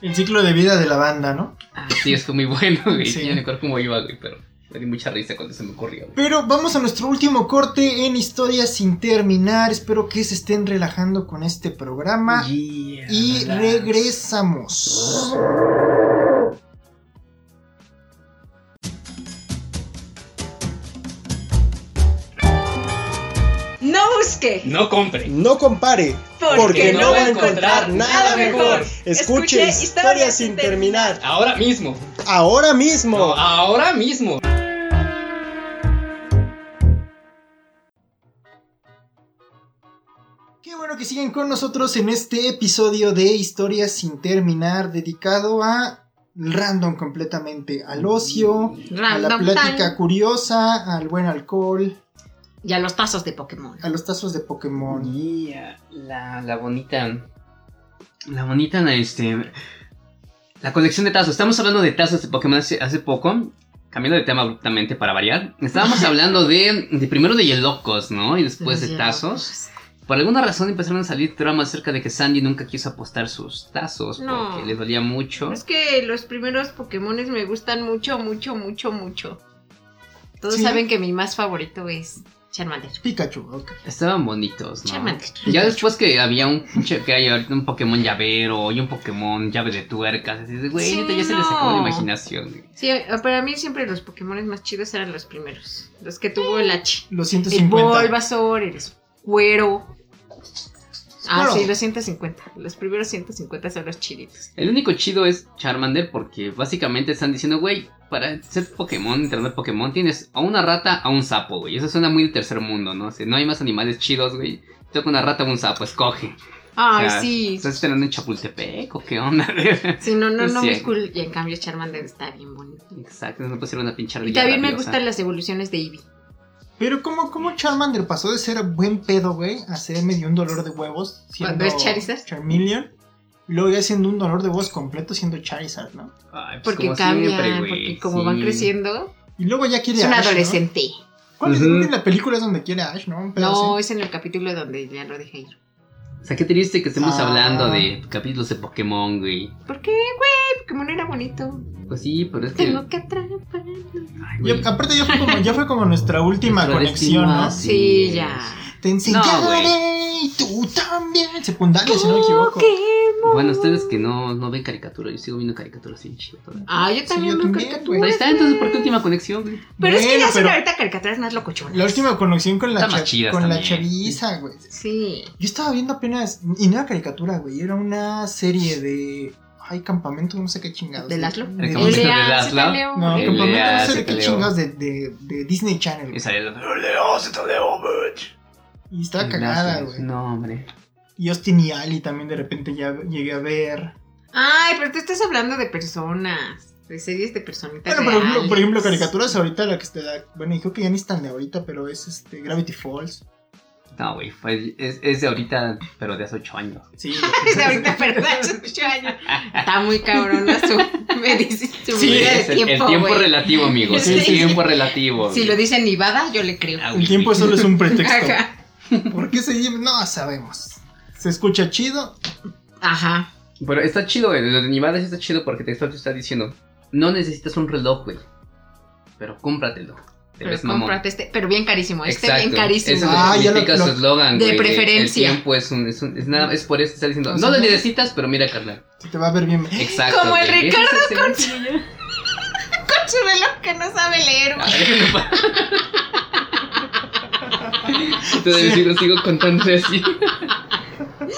A: El ciclo de vida de la banda, ¿no?
B: Ah, Sí, es muy bueno, güey.
A: Sí.
B: Yo no recuerdo cómo iba, güey, pero me di mucha risa cuando se me ocurrió, güey.
A: Pero vamos a nuestro último corte en historias sin terminar. Espero que se estén relajando con este programa. y regresamos.
C: No busque.
B: No compre.
F: No compare,
C: Porque,
B: no va a encontrar nada mejor.
F: Escuche Historias sin terminar.
B: Ahora mismo.
F: Ahora mismo.
B: ahora mismo.
A: Qué bueno que siguen con nosotros en este episodio de Historias sin terminar, dedicado a random completamente, al ocio, a la
C: Random
A: plática
C: tan.
A: curiosa, al buen alcohol,
C: Y a los tazos de Pokémon.
A: a los tazos de
B: Mm.
A: Pokémon.
B: La, la bonita. La bonita, la, este. La colección de tazos. Estamos hablando de tazos de Pokémon hace, hace poco. Cambiando de tema abruptamente para variar. Estábamos hablando de, de primero de Yelocos, ¿no? Y después de
C: Los
B: tazos. Por alguna razón empezaron a salir tramas acerca de que Sandy nunca quiso apostar sus tazos
C: No.
B: porque le dolía mucho.
C: Es que los primeros Pokémones me gustan mucho, mucho, mucho, mucho. Todos
A: Sí.
C: saben que mi más favorito es Charmander.
A: Pikachu, ok.
B: Estaban bonitos, ¿no?
C: Charmander.
B: Ya después que había un pinche- que hay ahorita un Pokémon llavero y un Pokémon llave de tuercas, así de, güey,
C: Sí,
B: neta, ya se les acabó la
C: no.
B: imaginación. güey.
C: Sí, para mí siempre los Pokémones más chidos eran los primeros. Los que tuvo el H.
A: Los
C: El
A: 150.
C: Bulbasaur, el Cuero. Ah,
A: Squirtle.
C: sí, los 150. Los primeros 150 son los chiditos.
B: El único chido es Charmander porque básicamente están diciendo, güey, para ser Pokémon, entrenar Pokémon, tienes a una rata, a un sapo, güey. Eso suena muy de tercer mundo, ¿no? Si no hay más animales chidos, güey. Toca una rata o un sapo, escoge.
C: Ay,
B: O sea,
C: sí.
B: ¿Estás entrenando en Chapultepec o qué onda?
C: Sí, no, no,
B: es
C: no, muy
B: cierto.
C: cool. Y en cambio Charmander está bien bonito.
B: Exacto, no puede ser una pinche
C: Y
B: ardilla
C: también me
B: rabiosa.
C: gustan las evoluciones de Eevee.
A: Pero ¿cómo, cómo Charmander pasó de ser buen pedo, güey, a ser medio un dolor de huevos?
C: Cuando es Charizard.
A: Charmeleon. Y luego ya siendo un dolor de huevos completo siendo Charizard, ¿no?
B: Ay, pues
C: Porque
B: como
C: cambian,
B: siempre, güey,
C: porque como
B: sí.
C: van creciendo,
A: Y luego ya quiere
C: es un
A: a Ash, ¿no?
C: adolescente.
A: ¿Cuál es
B: Ujú.
A: en la película es donde quiere a Ash, no? Un pedo
C: No,
A: así.
C: es en el capítulo donde ya lo dejé ir.
B: O sea, qué triste que estemos
A: Ah.
B: hablando de capítulos de Pokémon, güey.
C: ¿Por qué, güey? Pokémon era bonito.
B: Pues sí, pero es que.
C: Tengo que atraparlo.
B: Ay,
A: Y
B: güey.
A: aparte ya fue como, ya fue como nuestra última
B: Nuestra
A: conexión, ¿no?
B: última- Así
C: Sí,
B: es.
C: ya.
A: Te
B: No,
A: enseñaré
B: güey.
A: y tú también. Secundaria, Ah, si no me equivoco.
C: Pokémon.
B: Bueno, ustedes que no, no ven caricatura, yo sigo viendo caricaturas bien chidas. todavía.
C: Ah, yo también
A: yo
C: veo
A: también,
C: caricaturas.
A: güey.
B: Ahí está, entonces, ¿por qué última conexión, güey?
C: Pero es que
A: Bueno,
C: ya son
A: pero-
C: ahorita caricaturas más locochonas.
A: La última conexión con la,
B: Están más
A: cha-
B: chidas
A: con la
B: también.
A: chaviza, güey.
C: Sí.
A: Yo estaba viendo apenas, y no era caricatura, güey, era una serie de... Ay, campamento, no sé qué chingados.
C: ¿De Laszlo?
A: De-
B: El
A: de-
B: campamento.
C: Leal,
B: de
C: sí,
B: Laszlo.
C: León.
A: No,
B: El
A: campamento, no
B: Leal,
A: sé
B: se
A: de qué
B: peleó.
A: chingados, de, de, de Disney Channel. güey.
B: Y salía el. "Leo, se te leo, bitch".
A: Y estaba cagada, güey.
B: No, hombre.
A: Y Austin y Ali también de repente ya llegué a ver.
C: Ay, pero tú estás hablando de personas. De series de personitas.
A: Bueno, por ejemplo,
C: reales.
A: por ejemplo, caricaturas ahorita, la que está... Bueno, y creo que ya ni están de ahorita, pero es este Gravity Falls.
B: No, güey. fue- Es, es de ahorita, pero de hace ocho años.
A: Sí,
C: Es de ahorita, perdón, hace ocho años. Está muy cabrona su. Me dices tu
A: Sí,
C: vida de
B: es el, el
C: tiempo.
B: tiempo
C: güey.
B: relativo, amigos.
C: Sí,
B: el
C: sí.
B: tiempo relativo.
C: Si
B: güey.
C: lo dice Nivada, yo le creo.
B: Ah,
A: el tiempo solo es un pretexto.
C: Ajá.
A: ¿Por qué se lleva? No sabemos. Se escucha chido.
C: Ajá.
B: Pero está chido, güey. Lo de Nevada sí está chido porque textual te está diciendo: No necesitas un reloj, güey. Pero cómpratelo. Te
C: Pero
B: ves mamón.
C: cómprate este. Pero bien carísimo. Este
B: Exacto.
C: bien carísimo.
B: Eso
A: Ah, ya lo-
B: significa
A: lo-
B: su eslogan,
C: de
B: güey,
C: preferencia.
B: El tiempo es un. Es, un- es nada, es por eso que está diciendo.
A: O sea,
B: No lo
A: no-
B: necesitas, pero mira, carnal.
A: Se te va a ver bien.
B: Exacto.
C: ¿Eh? Como el
B: güey. Ese
C: Ricardo
B: es excelente.
C: Con su reloj que no sabe leer,
B: Ah,
C: güey.
B: déjame pa- Todavía sigo, sigo contando así.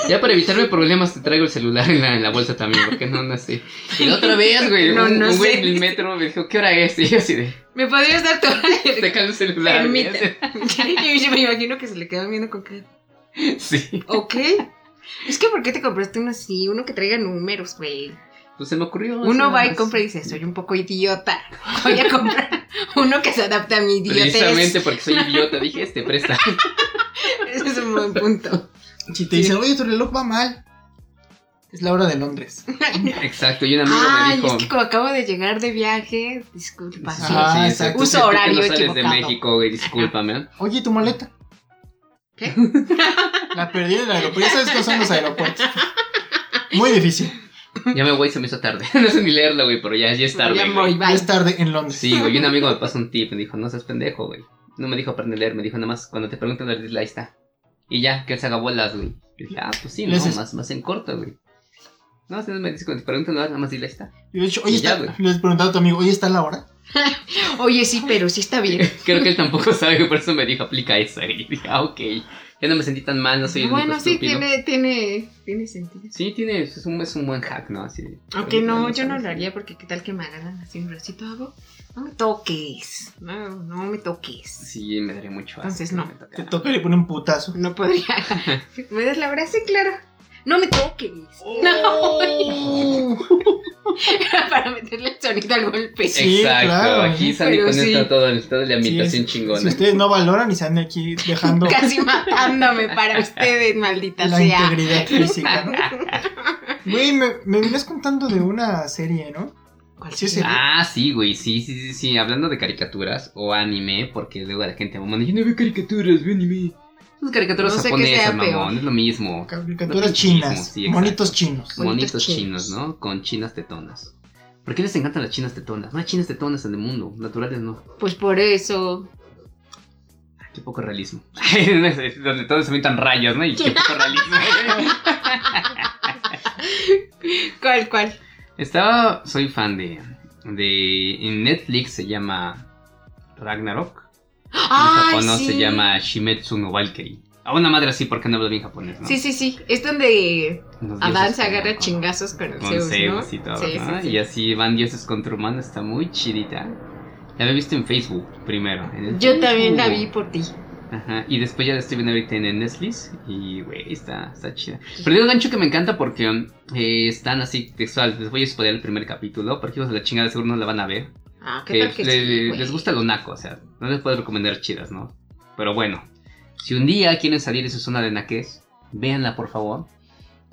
B: Ya para evitarme problemas te traigo el celular en la, en la bolsa también, porque no, no sé. Y la otra vez, güey,
C: No,
B: un,
C: no
B: un güey
C: sé.
B: en el metro me dijo, ¿qué hora es? Y yo así de,
C: ¿Me podrías dar tu
B: saca el celular. güey,
C: Permíteme. Yo, yo me imagino que se le quedan viendo con cara.
B: así. Sí.
C: Ok. Es que ¿por qué te compraste uno así? Uno que traiga números, güey.
B: Pues se me ocurrió. así
C: Uno
B: nada
C: va y
B: más.
C: compra y dice, soy un poco idiota. Voy a comprar uno que se adapte a mi idiotez.
B: Precisamente porque soy idiota, dije, este, presta.
C: Ese es un buen punto.
A: Si te dicen, oye, tu reloj va mal. Es la hora de Londres.
B: Exacto, y un amigo me
C: Ay,
B: dijo...
C: Ah, es que como acabo de llegar de viaje, disculpa.
B: Sí,
C: sí.
A: Ah,
B: sí,
A: exacto.
B: tú
C: Uso
B: que no
C: horario
B: sales de
C: equivocado.
B: México, güey, discúlpame. ¿eh?
A: Oye, tu maleta.
C: ¿Qué?
A: La perdí en el aeropuerto. Ya sabes cómo son los aeropuertos. Muy difícil.
B: Ya me voy, se me hizo tarde. No sé ni leerlo, güey, pero ya, ya es tarde.
C: Ya
B: güey.
C: voy,
A: Ya
C: bye.
A: es tarde en Londres.
B: Sí, güey, un amigo me pasó un tip, me dijo, no seas pendejo, güey. No me dijo aprende a leer, me dijo nada más, cuando te preguntan la isla, ahí está. Y ya, que él se haga bolas, güey. Y dije, ah, pues sí,
A: Le
B: no,
A: haces-
B: más, más en corto, güey. No, si no me dice, cuando te preguntan nada más, dile, ahí está.
A: Y de hecho, oye,
B: Y ya,
A: está...
B: güey.
A: les preguntaba a tu amigo, oye, ¿está la hora?
C: Oye, sí, pero sí está bien.
B: Creo que él tampoco sabe, güey, por eso me dijo, aplica esa, güey. Y dije, ah, ok. Ya no me sentí tan mal, no soy el
C: bueno,
B: único
C: sí,
B: estúpido.
C: tiene, tiene, tiene sentido.
B: Sí, tiene, es un, es un buen hack, ¿no? Así de-
C: Aunque
B: Oye,
C: no, yo no
B: sabes.
C: lo haría porque qué tal que me agarran así un bracito hago. No me toques. No, no me toques.
B: Sí, me daría mucho asco
C: Entonces,
B: que
C: no.
B: me tocara.
A: Te toca y le pone un putazo.
C: No podría. ¿Me das la hora? Sí, claro. No me toques.
B: Oh.
C: No. Para meterle el sonido al golpe.
A: Sí,
B: Exacto,
A: claro.
B: aquí Sandy
C: Pero
B: conecta
C: sí.
B: todo el- toda la ambientación
A: Si
B: chingona.
A: ustedes no valoran y se andan aquí dejando
C: Casi matándome para ustedes, maldita
A: la
C: sea.
A: integridad física, ¿no? Güey, me, me venías contando de una serie, ¿no?
C: ¿Cuál
A: Sí,
C: sí,
A: sí.
B: Ah, sí, güey, sí, sí, sí, sí, hablando de caricaturas o anime, porque luego la gente, mamón, yo no veo caricaturas, veo anime. Son caricaturas
C: No sé qué sea
B: japonesas,
C: peor.
B: mamón, es lo mismo.
A: Caricaturas
B: Lo
A: chinas,
B: mismo, sí, exacto.
A: monitos chinos.
C: Bonitos
B: Bonitos
C: chinos.
B: chinos, ¿no? Con chinas tetonas. ¿Por qué les encantan las chinas tetonas? No hay chinas tetonas en el mundo, naturales no.
C: Pues por eso.
B: Qué poco realismo. Donde todos se aventan rayos, ¿no? Y qué poco realismo.
C: ¿Cuál, cuál?
B: Estaba, soy fan de, de, en Netflix se llama Ragnarok, en
C: Ah,
B: Japón ¿no?
C: sí.
B: se llama Shimetsu no Valkyrie. A una madre así porque no hablo bien japonés, ¿no?
C: Sí, sí, sí. Es donde
B: Los dioses
C: Adán se
B: con-
C: agarra
B: con-
C: chingazos con,
B: Con
C: Zeus, ¿no?
B: Zeus y todo,
C: Sí, sí,
B: ¿no?
C: sí.
B: Y así van dioses contra humanos, está muy chidita. La había visto en Facebook primero. en el
C: Yo también la vi
B: Facebook.
C: por ti.
B: Ajá, y después ya la estoy viendo ahorita en el Netflix y, güey, está, está chida. Pero digo gancho que me encanta porque um, eh, están así textual. Les voy a spoiler el primer capítulo porque hijos de la chingada seguro no la van a ver.
C: Ah, qué
B: que
C: tal que
B: le-
C: sí, güey?
B: les gusta lo naco, o sea, no les puedo recomendar chidas, ¿no? Pero bueno, si un día quieren salir de su zona de naques, véanla por favor.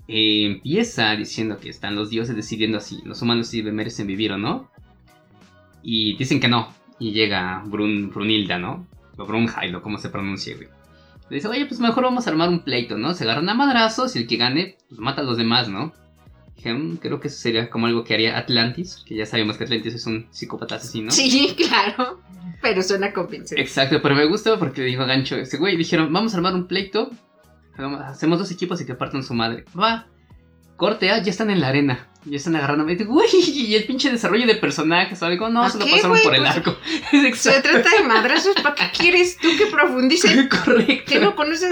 B: Eh, empieza diciendo que están los dioses decidiendo así, los humanos si merecen vivir o no. Y dicen que no. Y llega Brun, Brunilda, ¿no? O Brunhilde, o como se pronuncie, güey. Le dice, oye, pues mejor vamos a armar un pleito, ¿no? Se agarran a madrazos y el que gane, pues mata a los demás, ¿no? Dije, "Mm, creo que eso sería como algo que haría Atlantis, que ya sabemos que Atlantis es un psicópata asesino.
C: Sí, claro. Pero suena convincente.
B: Exacto, pero me gusta porque dijo Gancho, este güey, dijeron, vamos a armar un pleito, hagamos- hacemos dos equipos y que partan su madre. Va, corte, ah, ya están en la arena, ya están agarrando, Y digo, güey, y el pinche desarrollo de personajes o algo, no,
C: ¿A
B: se lo
C: qué,
B: pasaron
C: güey?
B: por el
C: Pues-
B: arco. Es
C: Se
B: exacto.
C: trata de madrazos. ¿Para qué quieres tú que profundice?
B: Correcto.
C: ¿Qué no conoces?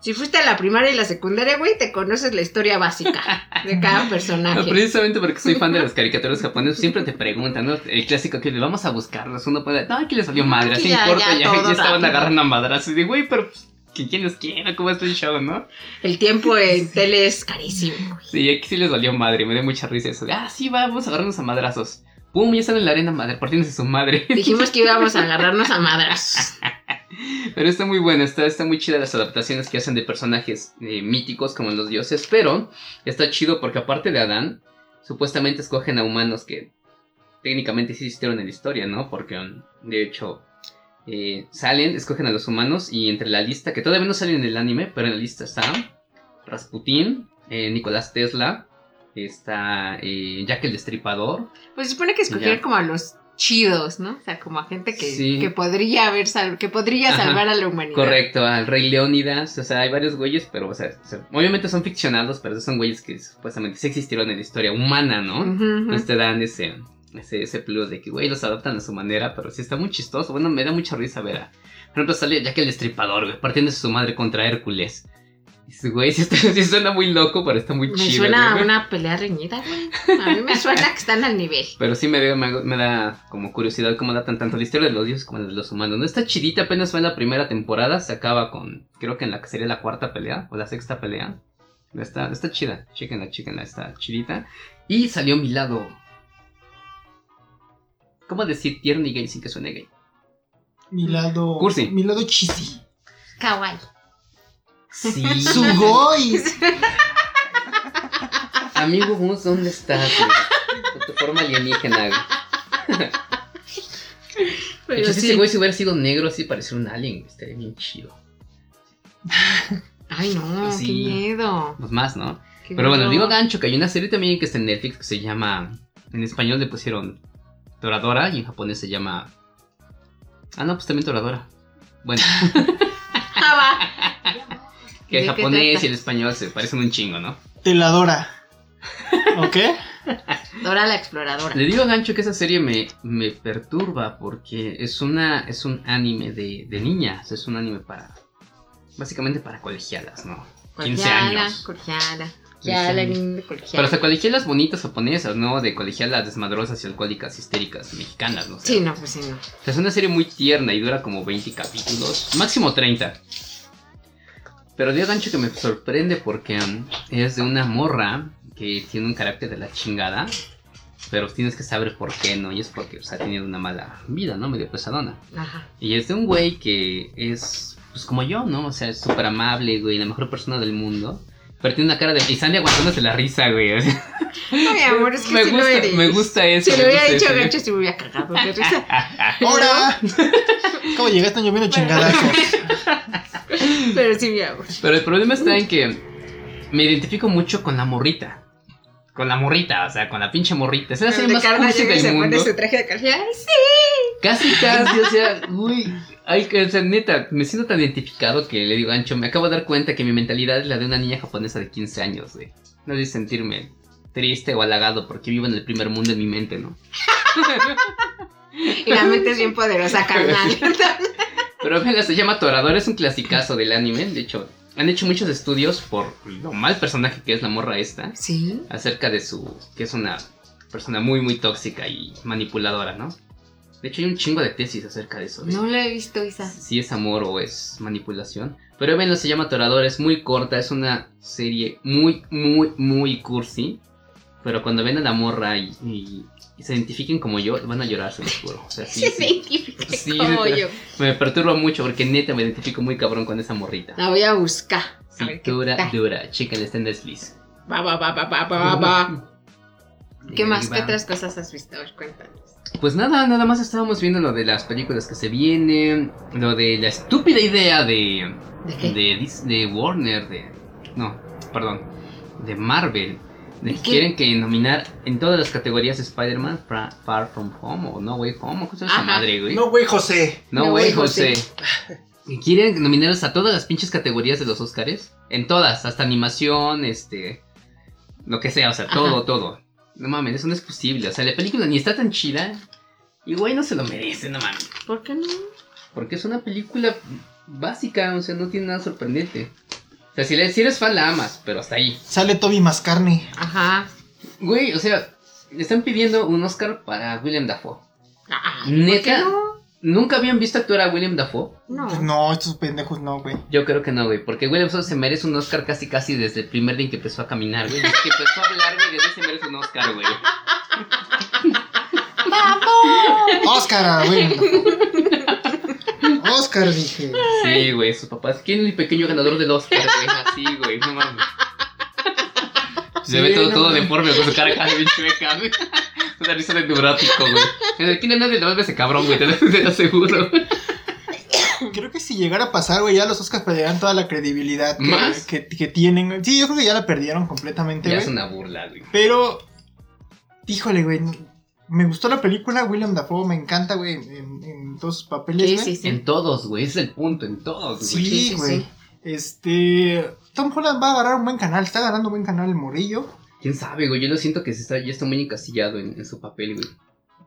C: Si fuiste a la primaria y la secundaria, güey, te conoces la historia básica de cada
B: No,
C: personaje.
B: precisamente porque soy fan de las caricaturas japonesas, siempre te preguntan, ¿no? El clásico que le vamos a buscarlos, uno puede, no, aquí le salió madre, así en
C: Ya,
B: corto,
C: ya,
B: ya, ya
C: todo
B: estaban
C: rápido.
B: agarrando a madrazos, y digo, güey, pero pues, que ¿quién los quiera? ¿Cómo está el show, no?
C: El tiempo en tele es carísimo.
B: Sí, aquí sí les valió madre, me dio mucha risa eso, de, ah, sí, va, vamos a agarrarnos a madrazos. Pum, ya están en la arena, madre, partiéndose su madre.
C: Dijimos que íbamos a agarrarnos a madrazos.
B: Pero está muy buena, está, está muy chida las adaptaciones que hacen de personajes eh, míticos como los dioses, pero está chido porque aparte de Adán, supuestamente escogen a humanos que técnicamente sí existieron en la historia, ¿no? Porque um, de hecho eh, salen, escogen a los humanos y entre la lista, que todavía no salen en el anime, pero en la lista está Rasputín, eh, Nicolás Tesla, está eh, Jack el Destripador,
C: Pues se supone que escogieron
B: Ya.
C: como a los chidos, ¿no? O sea, como a gente que,
B: Sí.
C: que podría haber sal- que podría
B: Ajá,
C: salvar a la humanidad.
B: Correcto, al Rey Leónidas, o sea, hay varios güeyes, pero, o sea, se- obviamente son ficcionados, pero esos son güeyes que supuestamente sí existieron en la historia humana, ¿no?
C: Ujú, ujú.
B: Entonces te dan ese, ese, ese plus de que, güey, los adaptan a su manera, pero sí está muy chistoso. Bueno, me da mucha risa ver a. Por ejemplo, sale Jack el Destripador, güey, partiendo su madre contra Hércules. Y ese güey, sí, está- sí suena muy loco, pero está muy
C: Me
B: chido.
C: suena a
B: güey.
C: una pelea reñida, güey. A mí me suena que están al nivel.
B: Pero sí me, dio- me, hago- me da como curiosidad cómo datan tanto la historia de los dioses como la de los humanos. No está chidita, apenas va en la primera temporada, se acaba con, creo que en la que sería la cuarta pelea o la sexta pelea. Pero Está, está chida, chéquenla, chéquenla, está chidita. Y salió mi lado. ¿Cómo decir tierno y gay sin que suene gay?
A: Mi lado.
B: Cursi.
A: Mi lado chisi.
C: Kawaii.
B: Sí.
A: Sugoi.
B: Amigo Gus, ¿dónde estás? güey? Con tu forma alienígena, güey. El
C: Pero
B: chiste, ese
C: sí.
B: güey, si hubiera sido negro, así pareciera un alien, güey, estaría bien chido.
C: Ay, no,
B: Sí.
C: qué miedo.
B: Pues más, ¿no?
C: qué
B: Pero bueno,
C: miedo.
B: digo gancho, que hay una serie también que está en Netflix que se llama. En español le pusieron Toradora y en japonés se llama. Ah, no, pues también Toradora. Bueno,
C: Ah,
B: que el
C: ¿De qué
B: japonés
C: trata?
B: y el español se parecen un chingo, ¿no?
A: Teladora. ¿Ok?
C: va. Dora la exploradora.
B: Le digo gancho que esa serie me, me perturba porque es una es un anime de, de niñas, es un anime para. Básicamente para colegialas, ¿no? 15
C: Cordiala,
B: años.
C: Cordiala.
B: 15
C: Ya la
B: años.
C: linda
B: Pero o
C: cordiala.
B: sea, colegialas bonitas japonesas, ¿no? De colegialas desmadrosas y alcohólicas histéricas mexicanas, ¿no? O sea,
C: Sí, no, pues sí, no.
B: O sea, es una serie muy tierna y dura como 20 capítulos, máximo 30. Pero Dios gancho que me sorprende porque mm, es de una morra que tiene un carácter de la chingada, pero tienes que saber por qué, ¿no? Y es porque pues, ha tenido una mala vida, ¿no? Medio pesadona.
C: Ajá.
B: Y es de un güey que es, pues como yo, ¿no? O sea, es súper amable, güey, la mejor persona del mundo. Pero tiene una cara de pisante aguantándose la risa, güey. o sea,
C: Ay, amor, es que
B: me,
C: sí lo
B: gusta,
C: eres.
B: me gusta eso.
C: Si
B: me
C: lo hubiera
B: gusta
C: dicho
B: eso, ¿no?
C: gancho, se me ¿eh? hubiera cagado de risa.
A: ¡Hora! ¿Cómo llegaste? Yo lloviendo chingadazos.
C: Pero sí, mi amor.
B: Pero el problema está en que me identifico mucho con la morrita. Con la morrita, o sea, con la pinche morrita. Es la serie más
C: Ricardo
B: cursi
C: llega y
B: del
C: se pone
B: mundo.
C: su traje de café. Ay, sí.
B: Casi, casi, o sea, uy. Ay, que, o sea, neta, me siento tan identificado que le digo, Ancho, me acabo de dar cuenta que mi mentalidad es la de una niña japonesa de 15 años, güey. No de sentirme triste o halagado porque vivo en el primer mundo en mi mente, ¿no?
C: Y la mente es bien poderosa, carnal.
B: Pero venga, se llama Toradora, es un clasicazo del anime. De hecho, han hecho muchos estudios por lo mal personaje que es la morra esta.
C: Sí.
B: acerca de su que es una persona muy muy tóxica y manipuladora, ¿no? De hecho hay un chingo de tesis acerca de eso. de
C: No la he visto, Isa.
B: Si es amor o es manipulación. Pero bueno, se llama Torador, es muy corta, es una serie muy muy muy cursi. Pero cuando ven a la morra y, y- y se identifiquen como yo, van a llorar, se los juro. O sea, sí,
C: Se
B: sí.
C: identifica
B: Sí,
C: como
B: neta.
C: yo.
B: Me perturba mucho porque neta me identifico muy cabrón con esa morrita.
C: La voy a buscar. A ver qué
B: Cintura
C: tal.
B: dura, chicken, está en Netflix.
C: Va, va, va, va, va, va, va. ¿Qué
B: Y
C: más?
B: va.
C: ¿Qué otras cosas has visto? A ver, cuéntanos.
B: Pues nada, nada más estábamos viendo lo de las películas que se vienen, lo de la estúpida idea de
C: ¿De qué?
B: de, Dis- de Warner, de no, perdón, de Marvel, de que
C: qué?
B: quieren que nominar en todas las categorías Spider-Man Fra- Far From Home o No Way Home, ¿cómo se llama esa
C: Ajá.
B: madre, güey?
A: No, güey, José.
B: No,
C: No
B: güey,
C: Way
B: José.
C: José.
B: Y quieren nominarlos a todas las pinches categorías de los Oscars. En todas, hasta animación, este. Lo que sea, o sea,
C: Ajá.
B: todo, todo. No mames, eso no es posible. O sea, la película ni está tan chida. Y güey, no se lo merece, no mames.
C: ¿Por qué no?
B: Porque es una película básica, o sea, no tiene nada sorprendente. O sea, si, le- si eres fan, la amas, pero hasta ahí.
A: Sale Toby Mascarne.
C: Ajá.
B: Güey, o sea, le están pidiendo un Oscar para William Dafoe.
C: Ah,
B: ¿Neta?
C: ¿por
B: ¿Nunca habían visto actuar a William Dafoe?
C: qué no?
A: Pues
C: No.
A: no, estos pendejos no, güey.
B: Yo creo que no, güey, porque William Dafoe se merece un Oscar casi casi desde el primer día en que empezó a caminar, güey. Desde que empezó a hablar, güey, desde ese merece un Oscar, güey.
A: Oscar, güey. Oscar, dije.
B: Sí, güey, sus papás. ¿Quién es el pequeño ganador del Oscar, güey? Así, güey, no mames. Se
A: Sí,
B: ve todo,
A: no
B: todo
A: mames.
B: deforme con su cara casi bien chueca, güey. Una risa de neurótico, güey. En el cine nadie le va a ver ese cabrón, güey, te lo, te lo aseguro.
A: Creo que si llegara a pasar, güey, ya los Oscars perderían toda la credibilidad que,
B: ¿Más?
A: que- que tienen. güey. Sí, yo creo que ya la perdieron completamente,
B: Ya
A: güey.
B: es una burla, güey.
A: Pero, híjole, güey. Me gustó la película, William Dafoe, me encanta, güey, en, en todos sus papeles.
C: Sí,
A: güey.
C: sí, sí.
B: En todos, güey, ese es el punto, en todos, güey.
A: Sí,
C: Sí, sí,
A: güey.
C: sí.
A: Este. Tom Holland va a agarrar un buen canal. Está agarrando un buen canal el Morillo.
B: ¿Quién sabe, güey? Yo lo siento que se está, ya está muy encasillado en, en su papel, güey.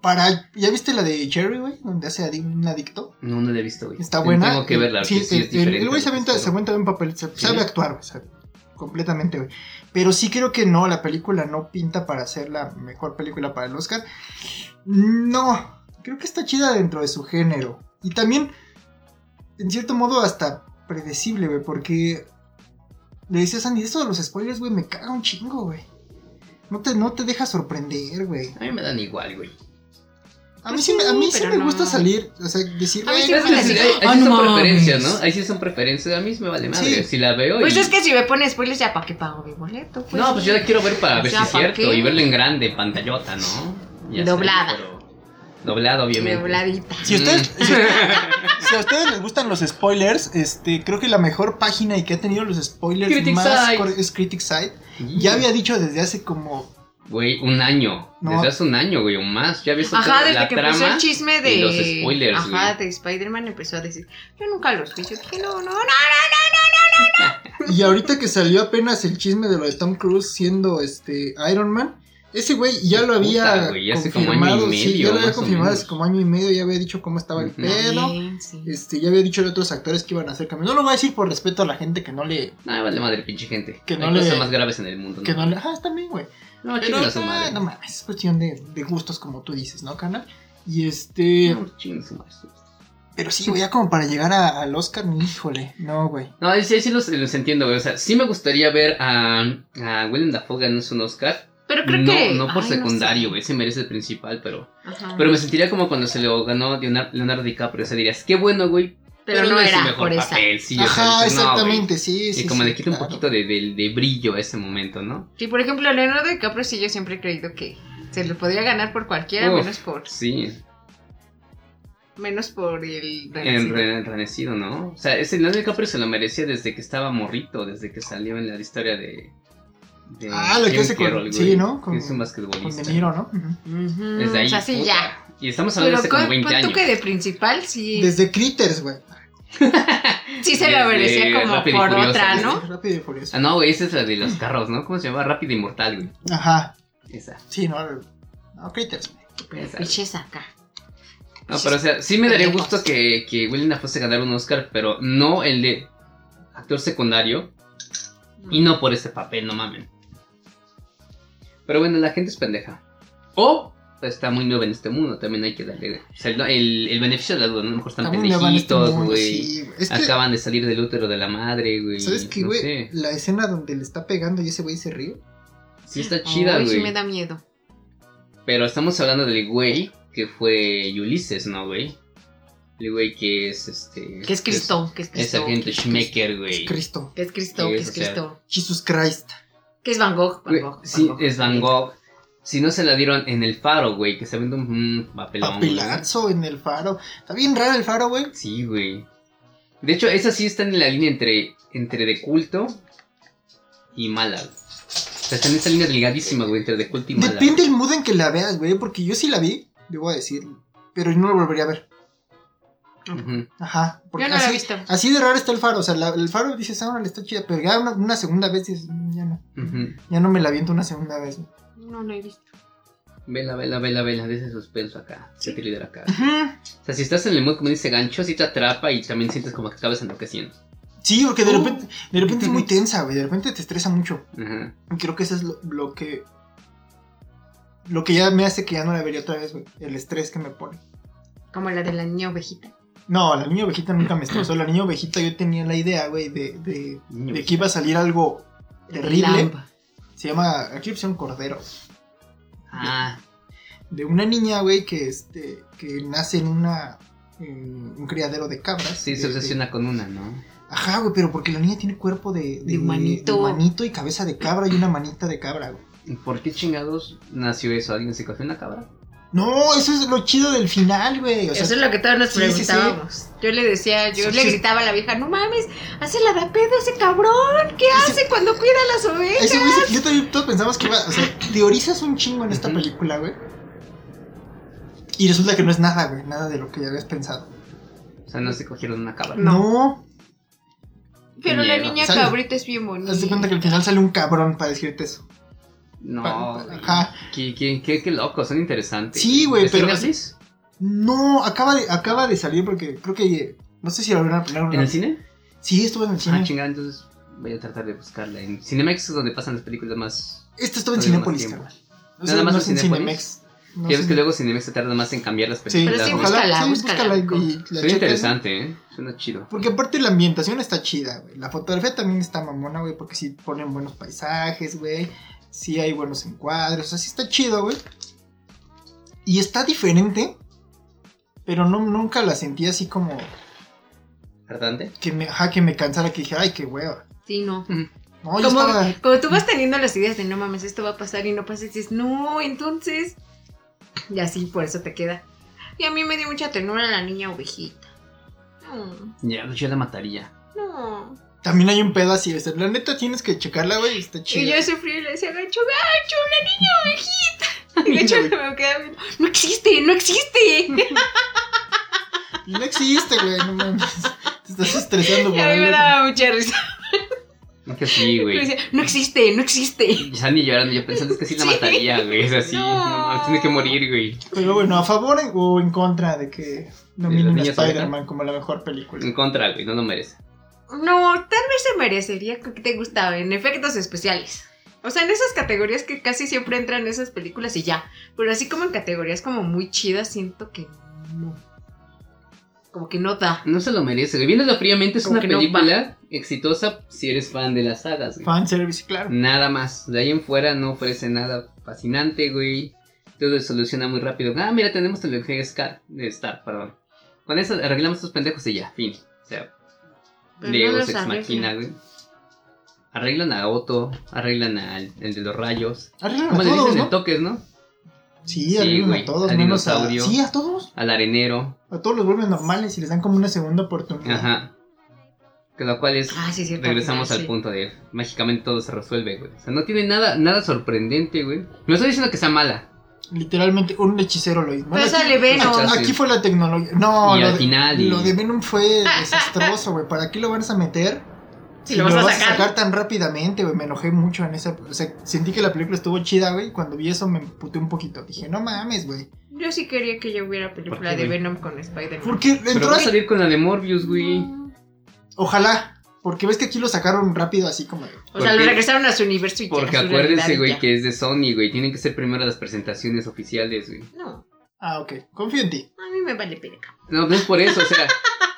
A: Para. ¿Ya viste la de Cherry, güey? Donde hace adi- un adicto.
B: No, no la he visto, güey.
A: Está buena.
B: Tengo que verla,
A: Sí,
B: porque sí,
A: el-
B: es diferente.
A: el güey se
B: a lo que
A: avienta, se
B: espero.
A: avienta de un papel. se-
B: Sí.
A: Sabe actuar, güey. sabe- Completamente, güey. Pero sí creo que no, la película no pinta para ser la mejor película para el Oscar. No. Creo que está chida dentro de su género. Y también, en cierto modo, hasta predecible, güey, porque. Le decía a Sandy, esto de los spoilers, güey, me caga un chingo, güey. No te, no te deja sorprender, güey.
B: A mí me dan igual, güey.
A: A mí sí, me- a mí sí
C: Pero
A: me
C: no.
A: gusta salir, o sea, decir,
C: A mí
A: güey,
C: sí oh,
B: Pero es que
C: me
B: sí,
C: digo,
B: ahí, ahí
A: "Ah,
B: sí
A: no
B: son
A: mames".
B: preferencias, ¿no? Ahí sí son preferencias. A mí me vale madre.
A: Sí.
B: Si la veo
C: Pues
B: y...
C: es que si me pones spoilers, ya para qué pago mi boleto. Pues.
B: No, pues yo la quiero ver para
C: O
B: ver si
C: sea,
B: es
C: ¿pa'
B: cierto.
C: qué?
B: Y verla en grande, en pantallota, ¿no? sé,
C: Doblada.
B: pero- Doblada, obviamente.
C: Dobladita.
A: Si ustedes,
B: Mm.
A: si, si a ustedes les gustan los spoilers, este, creo que la mejor página y que ha tenido los spoilers
B: Critic
A: más
B: Site.
A: cor- es Critic Site.
B: Sí.
A: Ya había dicho desde hace como
B: Güey, un año.
A: No.
B: Desde hace un año, güey, o más. Ya había visto
C: Ajá,
B: toda
C: desde
B: la
C: que empezó
B: trama.
C: el chisme de.
B: y los spoilers,
C: Ajá,
B: güey.
C: de Spider-Man empezó a decir: Yo nunca los vi. Yo dije: No, no, no.
A: Y ahorita que salió apenas el chisme de lo de Tom Cruise siendo este Iron Man, ese güey ya lo había
B: Puta, güey, hace como año y
A: confirmado, sí,
B: medio,
A: ya lo había
B: más o
A: confirmado hace
B: menos.
A: como año y medio, ya había dicho cómo estaba el
B: Ujú.
A: pedo.
C: Bien, sí.
A: Este, ya había dicho de otros actores que iban a hacer cambio. No lo voy a decir por respeto a la gente que no le
B: Ay, vale madre, pinche gente.
A: Que
B: Hay
A: no le-
B: cosas más graves en el mundo, ¿no?
A: que no le, ah, también, güey.
B: No,
A: Pero
B: chinga su
A: ah,
B: madre.
A: no mames, es cuestión de, de gustos como tú dices, ¿no, canal? Y este,
B: No, chinga su madre.
A: pero sí, güey, ya como para llegar a- al Oscar, ni híjole, no, güey.
B: No, ahí sí, ahí sí los, los entiendo, güey. O sea, sí me gustaría ver a, a Willem Dafoe ganarse un Oscar.
C: Pero creo
B: no,
C: que.
B: no por
C: Ay,
B: secundario,
C: sé.
B: güey. Se merece el principal, pero.
C: Ajá.
B: Pero me sentiría como cuando se lo ganó Leonar- Leonardo DiCaprio. O sea, dirías, qué bueno, güey.
C: Pero no
B: es su
C: era
B: mejor
C: por esa.
B: papel, sí, o sea,
A: Ajá,
B: dices, no, güey.
A: exactamente, sí, sí.
B: y como
A: sí,
B: le quita un
A: claro.
B: poquito de, de- de brillo a ese momento, ¿no?
C: Sí, por ejemplo, Leonardo DiCaprio sí yo siempre he creído que se lo podría ganar por cualquiera,
B: Uf.
C: menos por
B: Sí,
C: menos por el
B: en
C: Renacido.
B: re- Renecido, ¿no? O sea, ese Leonardo DiCaprio se lo merecía desde que estaba morrito, desde que salió en la historia de. de
A: Ah, lo que
B: Jim
A: hace con-
B: Carroll,
A: sí,
B: güey,
A: ¿no?
B: que
A: Con-
B: es un
A: Con
B: basquetbolista.
A: Pues De Niro, ¿no? Ujú.
C: Ujú,
B: Desde ahí.
C: Mm, o sea, sí,
B: puta.
C: ya.
B: Y estamos hablando
C: Pero
B: de hace
C: con,
B: como 20
C: pon tú
B: años.
C: que de principal sí,
A: Desde Critters, güey.
C: sí se lo
B: desde
C: merecía como
B: Rápido y
C: por
B: Furioso,
C: otra,
B: desde-
C: ¿no?
A: Rápido y furioso.
B: Ah, no, güey, esa es la de los carros, ¿no? ¿Cómo se llama? Rápido Inmortal, güey.
A: Ajá,
B: Esa.
A: sí, no, el- no, Critters. güey.
B: esa.
C: Piches acá.
B: No, pero o sea, sí me daría gusto que, que Willem Dafoe se ganara un Oscar, pero no el de actor secundario y no por ese papel, no mamen. Pero bueno, la gente es pendeja. O está muy nueva en este mundo, también hay que darle o sea, el, el- el beneficio de la duda, ¿no? A lo mejor están
A: También le van a este
B: pendejitos,
A: mundo,
B: güey.
A: sí, güey. Es que,
B: Acaban de salir del útero de la madre, güey.
A: ¿sabes qué,
B: no
A: güey?
B: sé.
A: La escena donde le está pegando y ese güey se ríe.
B: Sí está chida,
C: Uy, sí
B: güey.
C: me da miedo.
B: Pero estamos hablando del güey que fue Ulises, ¿no, güey? El güey que es este.
C: Que es Cristo, que es
B: Es
C: Cristo.
B: sargento Schmecker,
A: Es
B: güey.
A: Cristo.
C: Que es Cristo, que
B: Sí,
C: es
B: o sea,
C: Cristo.
A: Jesus Christ.
C: Que es Van Gogh, Van
B: Güey,
C: Gogh. Van
B: Sí,
C: Gogh.
B: es Van Gogh. Si no se la dieron en el faro, güey, que se vende un mm, papelón. güey.
A: Papelazo en el faro. Está bien raro el faro, güey.
B: Sí, güey. De hecho, esa sí está en la línea entre, entre de culto y mala. güey. O sea, está en esa línea delgadísima, güey, entre de culto y mala.
A: Depende el mood en que la veas, güey. Porque yo sí la vi, debo decirlo. Pero no la volvería a ver.
B: Ujú.
A: Ajá. Porque
C: Yo no la he
A: así,
C: visto.
A: así de raro está el faro. O sea, la- el faro dices, ahora le está chida. Pero ya una, una segunda vez dices, "Mm, ya no.
B: Ujú.
A: Ya no me la viento una segunda vez. güey".
C: No, no he visto.
B: Vela, vela, vela, vela, de ese suspenso acá. Se te lidera acá.
A: Ajá.
B: O sea, si estás en el mood como dice gancho, sí te atrapa y también sientes como que acabas enloqueciendo.
A: Sí, porque de
C: Uh.
A: repente, de repente es muy tensa, güey. De repente te estresa mucho.
B: Ajá.
A: Y creo que eso es lo, lo que. Lo que ya me hace que ya no la vería otra vez, güey. El estrés que me pone.
C: Como la de la niña ovejita.
A: No, la niña ovejita nunca me estresó. La niña ovejita yo tenía la idea, güey, de, de,
B: Niño,
A: de que iba a salir algo terrible.
C: Lamba.
A: Se llama. Aquí le pusieron Cordero.
B: Ah,
A: De una niña, güey, que este. que nace en una. en un criadero de cabras.
B: sí,
A: De-
B: se
A: de-
B: obsesiona con una, ¿no?
A: Ajá, güey, pero porque la niña tiene cuerpo de,
C: De humanito.
A: de humanito y cabeza de cabra y una manita de cabra, güey.
B: ¿Y por qué chingados nació eso? ¿Alguien se cogió una cabra?
A: No, eso es lo chido del final, güey. O sea,
C: Eso es lo que todos nos
A: sí, sí, sí.
C: preguntábamos. Yo le decía, yo
A: Sí,
C: le
A: sí.
C: gritaba a la vieja, no mames, hace la de pedo ese cabrón. ¿Qué hace cuando cuida a las ovejas?
A: ese güey se- yo también todos pensamos que iba. O sea, teorizas un chingo en esta
B: Ujú.
A: película, güey. Y resulta que no es nada, güey. Nada de lo que ya habías pensado.
B: O sea, no se cogieron una cabra.
A: No.
C: Pero la
B: miedo.
C: niña
A: ¿Sabes?
C: cabrita es bien bonita.
A: Haz de cuenta que al final sale un cabrón para decirte eso.
B: No.
A: Ah, Ajá.
B: Qué, qué, qué, qué loco, son interesantes.
A: Sí, güey,
B: ¿Está en
A: pero-
B: Netflix?
A: No, acaba de, acaba de salir porque creo que. eh, No sé si lo van a poner o no.
B: ¿En el cine?
A: Sí, estuvo en el
B: Ah,
A: cine.
B: chingada, entonces voy a tratar de buscarla. En Cinemax es donde pasan las películas más...
A: Esto estuvo en
B: todavía más
A: Cinépolis,
B: tiempo.
A: cabrón. O
B: Nada
A: sea,
B: más
A: no
B: en
A: es en
B: Cinépolis.
A: Cinemex. No
B: ya ves
A: sé.
B: que luego Cinemex se tarda más en cambiar las
A: Sí,
B: películas.
C: Pero sí,
B: ¿no?
A: ojalá,
C: búscala,
A: sí,
C: búscala.
A: búscala y la
B: Suena
A: checas,
B: interesante, ¿eh? Suena chido.
A: Porque aparte la ambientación está chida, güey. La fotografía también está mamona, güey, porque sí ponen buenos paisajes, güey. Sí hay buenos encuadres, o sea, sí está chido, güey. Y está diferente, pero no, nunca la sentí así como
B: ¿Verdad?
A: que me, ajá, que me cansara, que dije, ay, qué hueva.
C: Sí, no.
A: No, yo
C: Como,
A: estaba...
C: como tú vas teniendo las ideas de no mames, esto va a pasar y no pasa, y dices, no, entonces. Y así, por eso te queda. Y a mí me dio mucha ternura la niña ovejita. Mm. No,
B: Ya, pues yo la mataría.
C: no.
A: También hay un pedo así, o sea, la neta tienes que checarla, güey, está
C: Y yo
A: chida.
C: sufrí y le decía, gancho, gancho, la niña ovejita. Y gancho me quedaba viendo, no existe, no existe.
A: Y no existe, güey, no mames. Te estás estresando
C: Y
A: por
C: a mí me
A: algo.
C: daba mucha risa.
B: Es que sí,
C: Le
B: güey.
C: decía, no existe, no existe.
B: Ya ni llorando, yo pensando es que sí la
C: Sí.
B: mataría, güey. Es así,
C: No.
B: no, no, tiene que morir, güey.
A: Pero bueno, ¿a favor en- o en contra de que nominen a
B: niñas
A: Spider-Man como la mejor película?
B: En contra, güey, no lo merece.
C: No, tal vez se merecería que te gustaba en efectos especiales. O sea, en esas categorías que casi siempre entran esas películas y ya. Pero así como en categorías como muy chidas, siento que no. Como que no da.
B: No se lo merece, güey. Viéndolo fríamente, es
C: Como
B: una
C: que no
B: película exitosa si eres fan de las sagas, güey.
A: Fan service, claro.
B: Nada más. De ahí en fuera no ofrece nada fascinante, güey. Todo se soluciona muy rápido. Ah, mira, tenemos tecnología de Scar- de Star, perdón. Con eso arreglamos estos pendejos y ya, fin. O sea,
C: Pero
B: Diego
C: no los
B: se
C: arreglan.
B: máquina, güey. Arreglan a Otto, arreglan al el de los rayos.
A: Arreglan
B: ¿Cómo
A: a
B: le
A: todos,
B: dicen
A: ¿no?
B: en toques, no?
A: Sí,
B: Sí,
A: arreglan
B: güey,
A: a todos,
B: al
A: menos a...
B: dinosaurio.
A: Sí, a todos.
B: Al arenero.
A: A todos los vuelven normales y les dan como una segunda oportunidad.
B: Ajá. Que lo cual es.
C: Ah, sí, es cierto.
B: Regresamos
C: final,
B: al
C: sí.
B: punto de mágicamente todo se resuelve, güey. O sea, no tiene nada, nada sorprendente, güey. No estoy diciendo que sea mala.
A: Literalmente, un hechicero lo hizo.
C: Pero
A: Bueno, aquí,
C: sale Venom.
B: Muchachas.
A: aquí fue la tecnología. No,
B: Y
A: lo
B: al
A: de,
B: final, y-
A: lo de Venom fue desastroso, güey. ¿Para qué lo vas a meter?
C: Si lo vas a
A: a
C: sacar.
A: sacar tan rápidamente, güey. Me enojé mucho en esa. O sea, sentí que la película estuvo chida, güey. Cuando vi eso me puté un poquito. Dije, no mames, güey.
C: Yo sí quería que ya hubiera
B: ¿Por
C: película
B: qué,
C: de
B: güey?
C: Venom con Spider-Man.
A: Porque
B: Pero
A: entró
B: va a
A: ahí-
B: salir con la de Morbius, güey.
A: Ojalá. Porque ves que aquí lo sacaron rápido, así como. de-
C: O sea, lo
B: Porque-
C: regresaron a su universo y
B: Porque
C: a su
B: acuérdense,
C: realidad y
B: güey,
C: ya.
B: que es de Sony, güey. Tienen que ser primero las presentaciones oficiales, güey.
C: No,
A: Ah, ok. Confío en ti.
C: a mí me vale pereca.
B: No, no es por eso, o sea.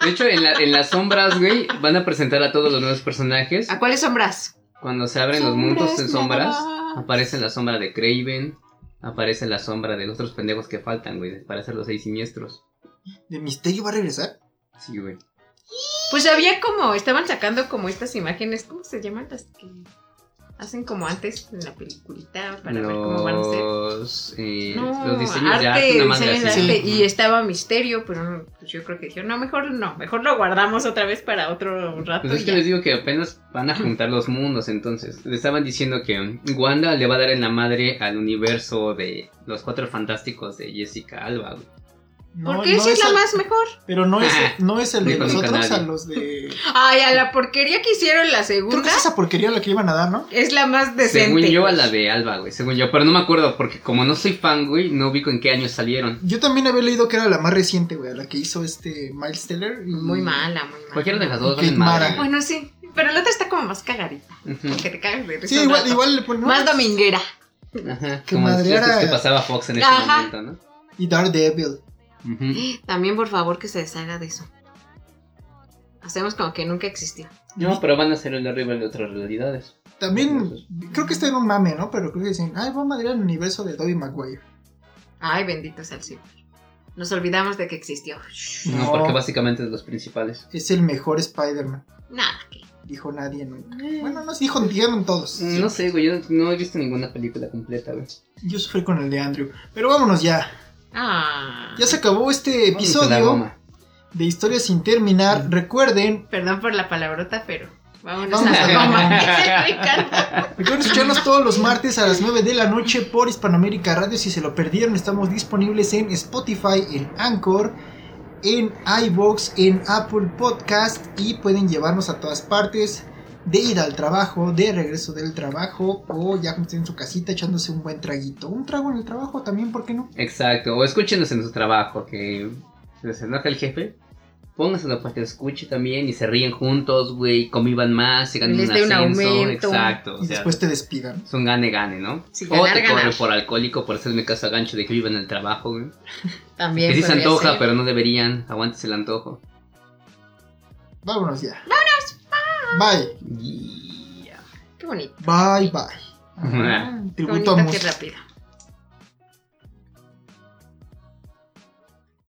B: De hecho, en, la- en las sombras, güey, van a presentar a todos los nuevos personajes.
C: ¿A cuáles sombras?
B: Cuando se abren los mundos en sombras, Aparece en la sombra de Craven. Aparece en la sombra de los otros pendejos que faltan, güey. Para hacer los seis siniestros.
A: ¿De misterio va a regresar?
B: Sí, güey.
C: Pues había como, estaban sacando como estas imágenes, ¿cómo se llaman las que hacen como antes en la peliculita para ver cómo van a ser?
B: los, eh,
C: No,
B: los diseños de arte, una madre
C: diseños de
B: así.
A: así.
C: arte, Y estaba misterio, pero no, pues yo creo que dijeron, no, mejor no, mejor lo guardamos otra vez para otro rato.
B: Pues es
C: y
B: que
C: ya".
B: les digo que apenas van a juntar los mundos, entonces. Le estaban diciendo que um, Wanda le va a dar en la madre al universo de los cuatro fantásticos de Jessica Alba. güey.
A: No,
C: Porque
A: no
C: esa es la
A: al-
C: más mejor.
A: Pero no es, no es el de
B: Dijo
A: los
B: nunca
A: otros a
B: nadie.
A: los de...
C: Ay, a la porquería que hicieron la
A: Creo que
C: segunda
A: es esa porquería la que iban a dar, ¿no?
C: es la más decente.
B: Según yo, a la de Alba, güey. Según yo, pero no me acuerdo porque como no soy fan, güey, no ubico en qué año salieron.
A: Yo también había leído que era la más reciente, güey, la que hizo este Miles Teller. y-
C: Muy mala, muy mala.
B: Cualquiera de las dos
A: Kate
B: valen madre.
A: Mara.
B: güey.
C: Bueno, sí, pero la otra está como más cagadita,
B: Ujú.
C: que te cagas de risa
A: Sí,
C: un
A: igual,
C: rato.
A: igual le ponen...
C: Más dominguera.
B: Ajá,
A: Que
B: como
A: madreara-
B: las que pasaba Fox en ese
C: Ajá.
B: momento, ¿no?
A: Y Daredevil.
B: Ujú.
C: También, por favor, que se deshaga de eso. Hacemos como que nunca existió.
B: No, pero van a ser el arriba de otras realidades.
A: También, creo que está en un mame, ¿no? Pero creo que dicen, ay, voy a madrear el universo de Dobby Maguire.
C: Ay, bendito sea el Señor. Nos olvidamos de que existió.
B: No,
A: No.
B: porque básicamente es los principales.
A: Es el mejor Spider-Man,
C: Nada, que
A: dijo nadie nunca. Bueno, no, dijo, dijeron todos.
B: Eh. Mm, No sé, güey, yo no he visto ninguna película completa, güey.
A: Yo sufrí con el de Andrew. Pero vámonos ya.
C: Ah.
A: Ya se acabó este
B: La
A: episodio
B: goma.
A: de Historias sin terminar. Recuerden,
C: Perdón por la palabrota, pero vámonos
A: Vamos
C: a
A: a
C: la
A: la
C: goma.
A: goma.
C: Me encanta.
A: recuerden escucharnos todos los martes a las 9 de la noche por Hispanoamérica Radio. Si se lo perdieron, estamos disponibles en Spotify, en Anchor, en iBox, en Apple Podcast y pueden llevarnos a todas partes. De ida al trabajo, de regreso del trabajo, o ya cuando estén en su casita echándose un buen traguito. Un trago en el trabajo también, ¿por qué no?
B: Exacto, o escúchenos en su trabajo, que se les enoja el jefe. Pónganselo para que escuche también y se ríen juntos, güey, convivan más, se ganen
C: Les
B: un
C: dé un
B: ascenso.
C: aumento.
B: Exacto, o
A: Y
B: sea,
A: después te despidan.
B: es un gane-gane, ¿no?
C: Sí,
B: o
C: ganar,
B: te corre
C: ganar.
B: por alcohólico, por hacerme caso a gancho de que vivan el trabajo, güey.
C: También.
B: Que sí se
C: podría
B: antoja,
C: ser.
B: pero no deberían. Aguantes el antojo.
A: Vámonos ya. Vámonos.
B: Yeah.
C: Qué bonito.
A: Bye. Ah, Bye, bye. Tributo a
C: Qué bonito,
A: Mus-
C: qué rápido.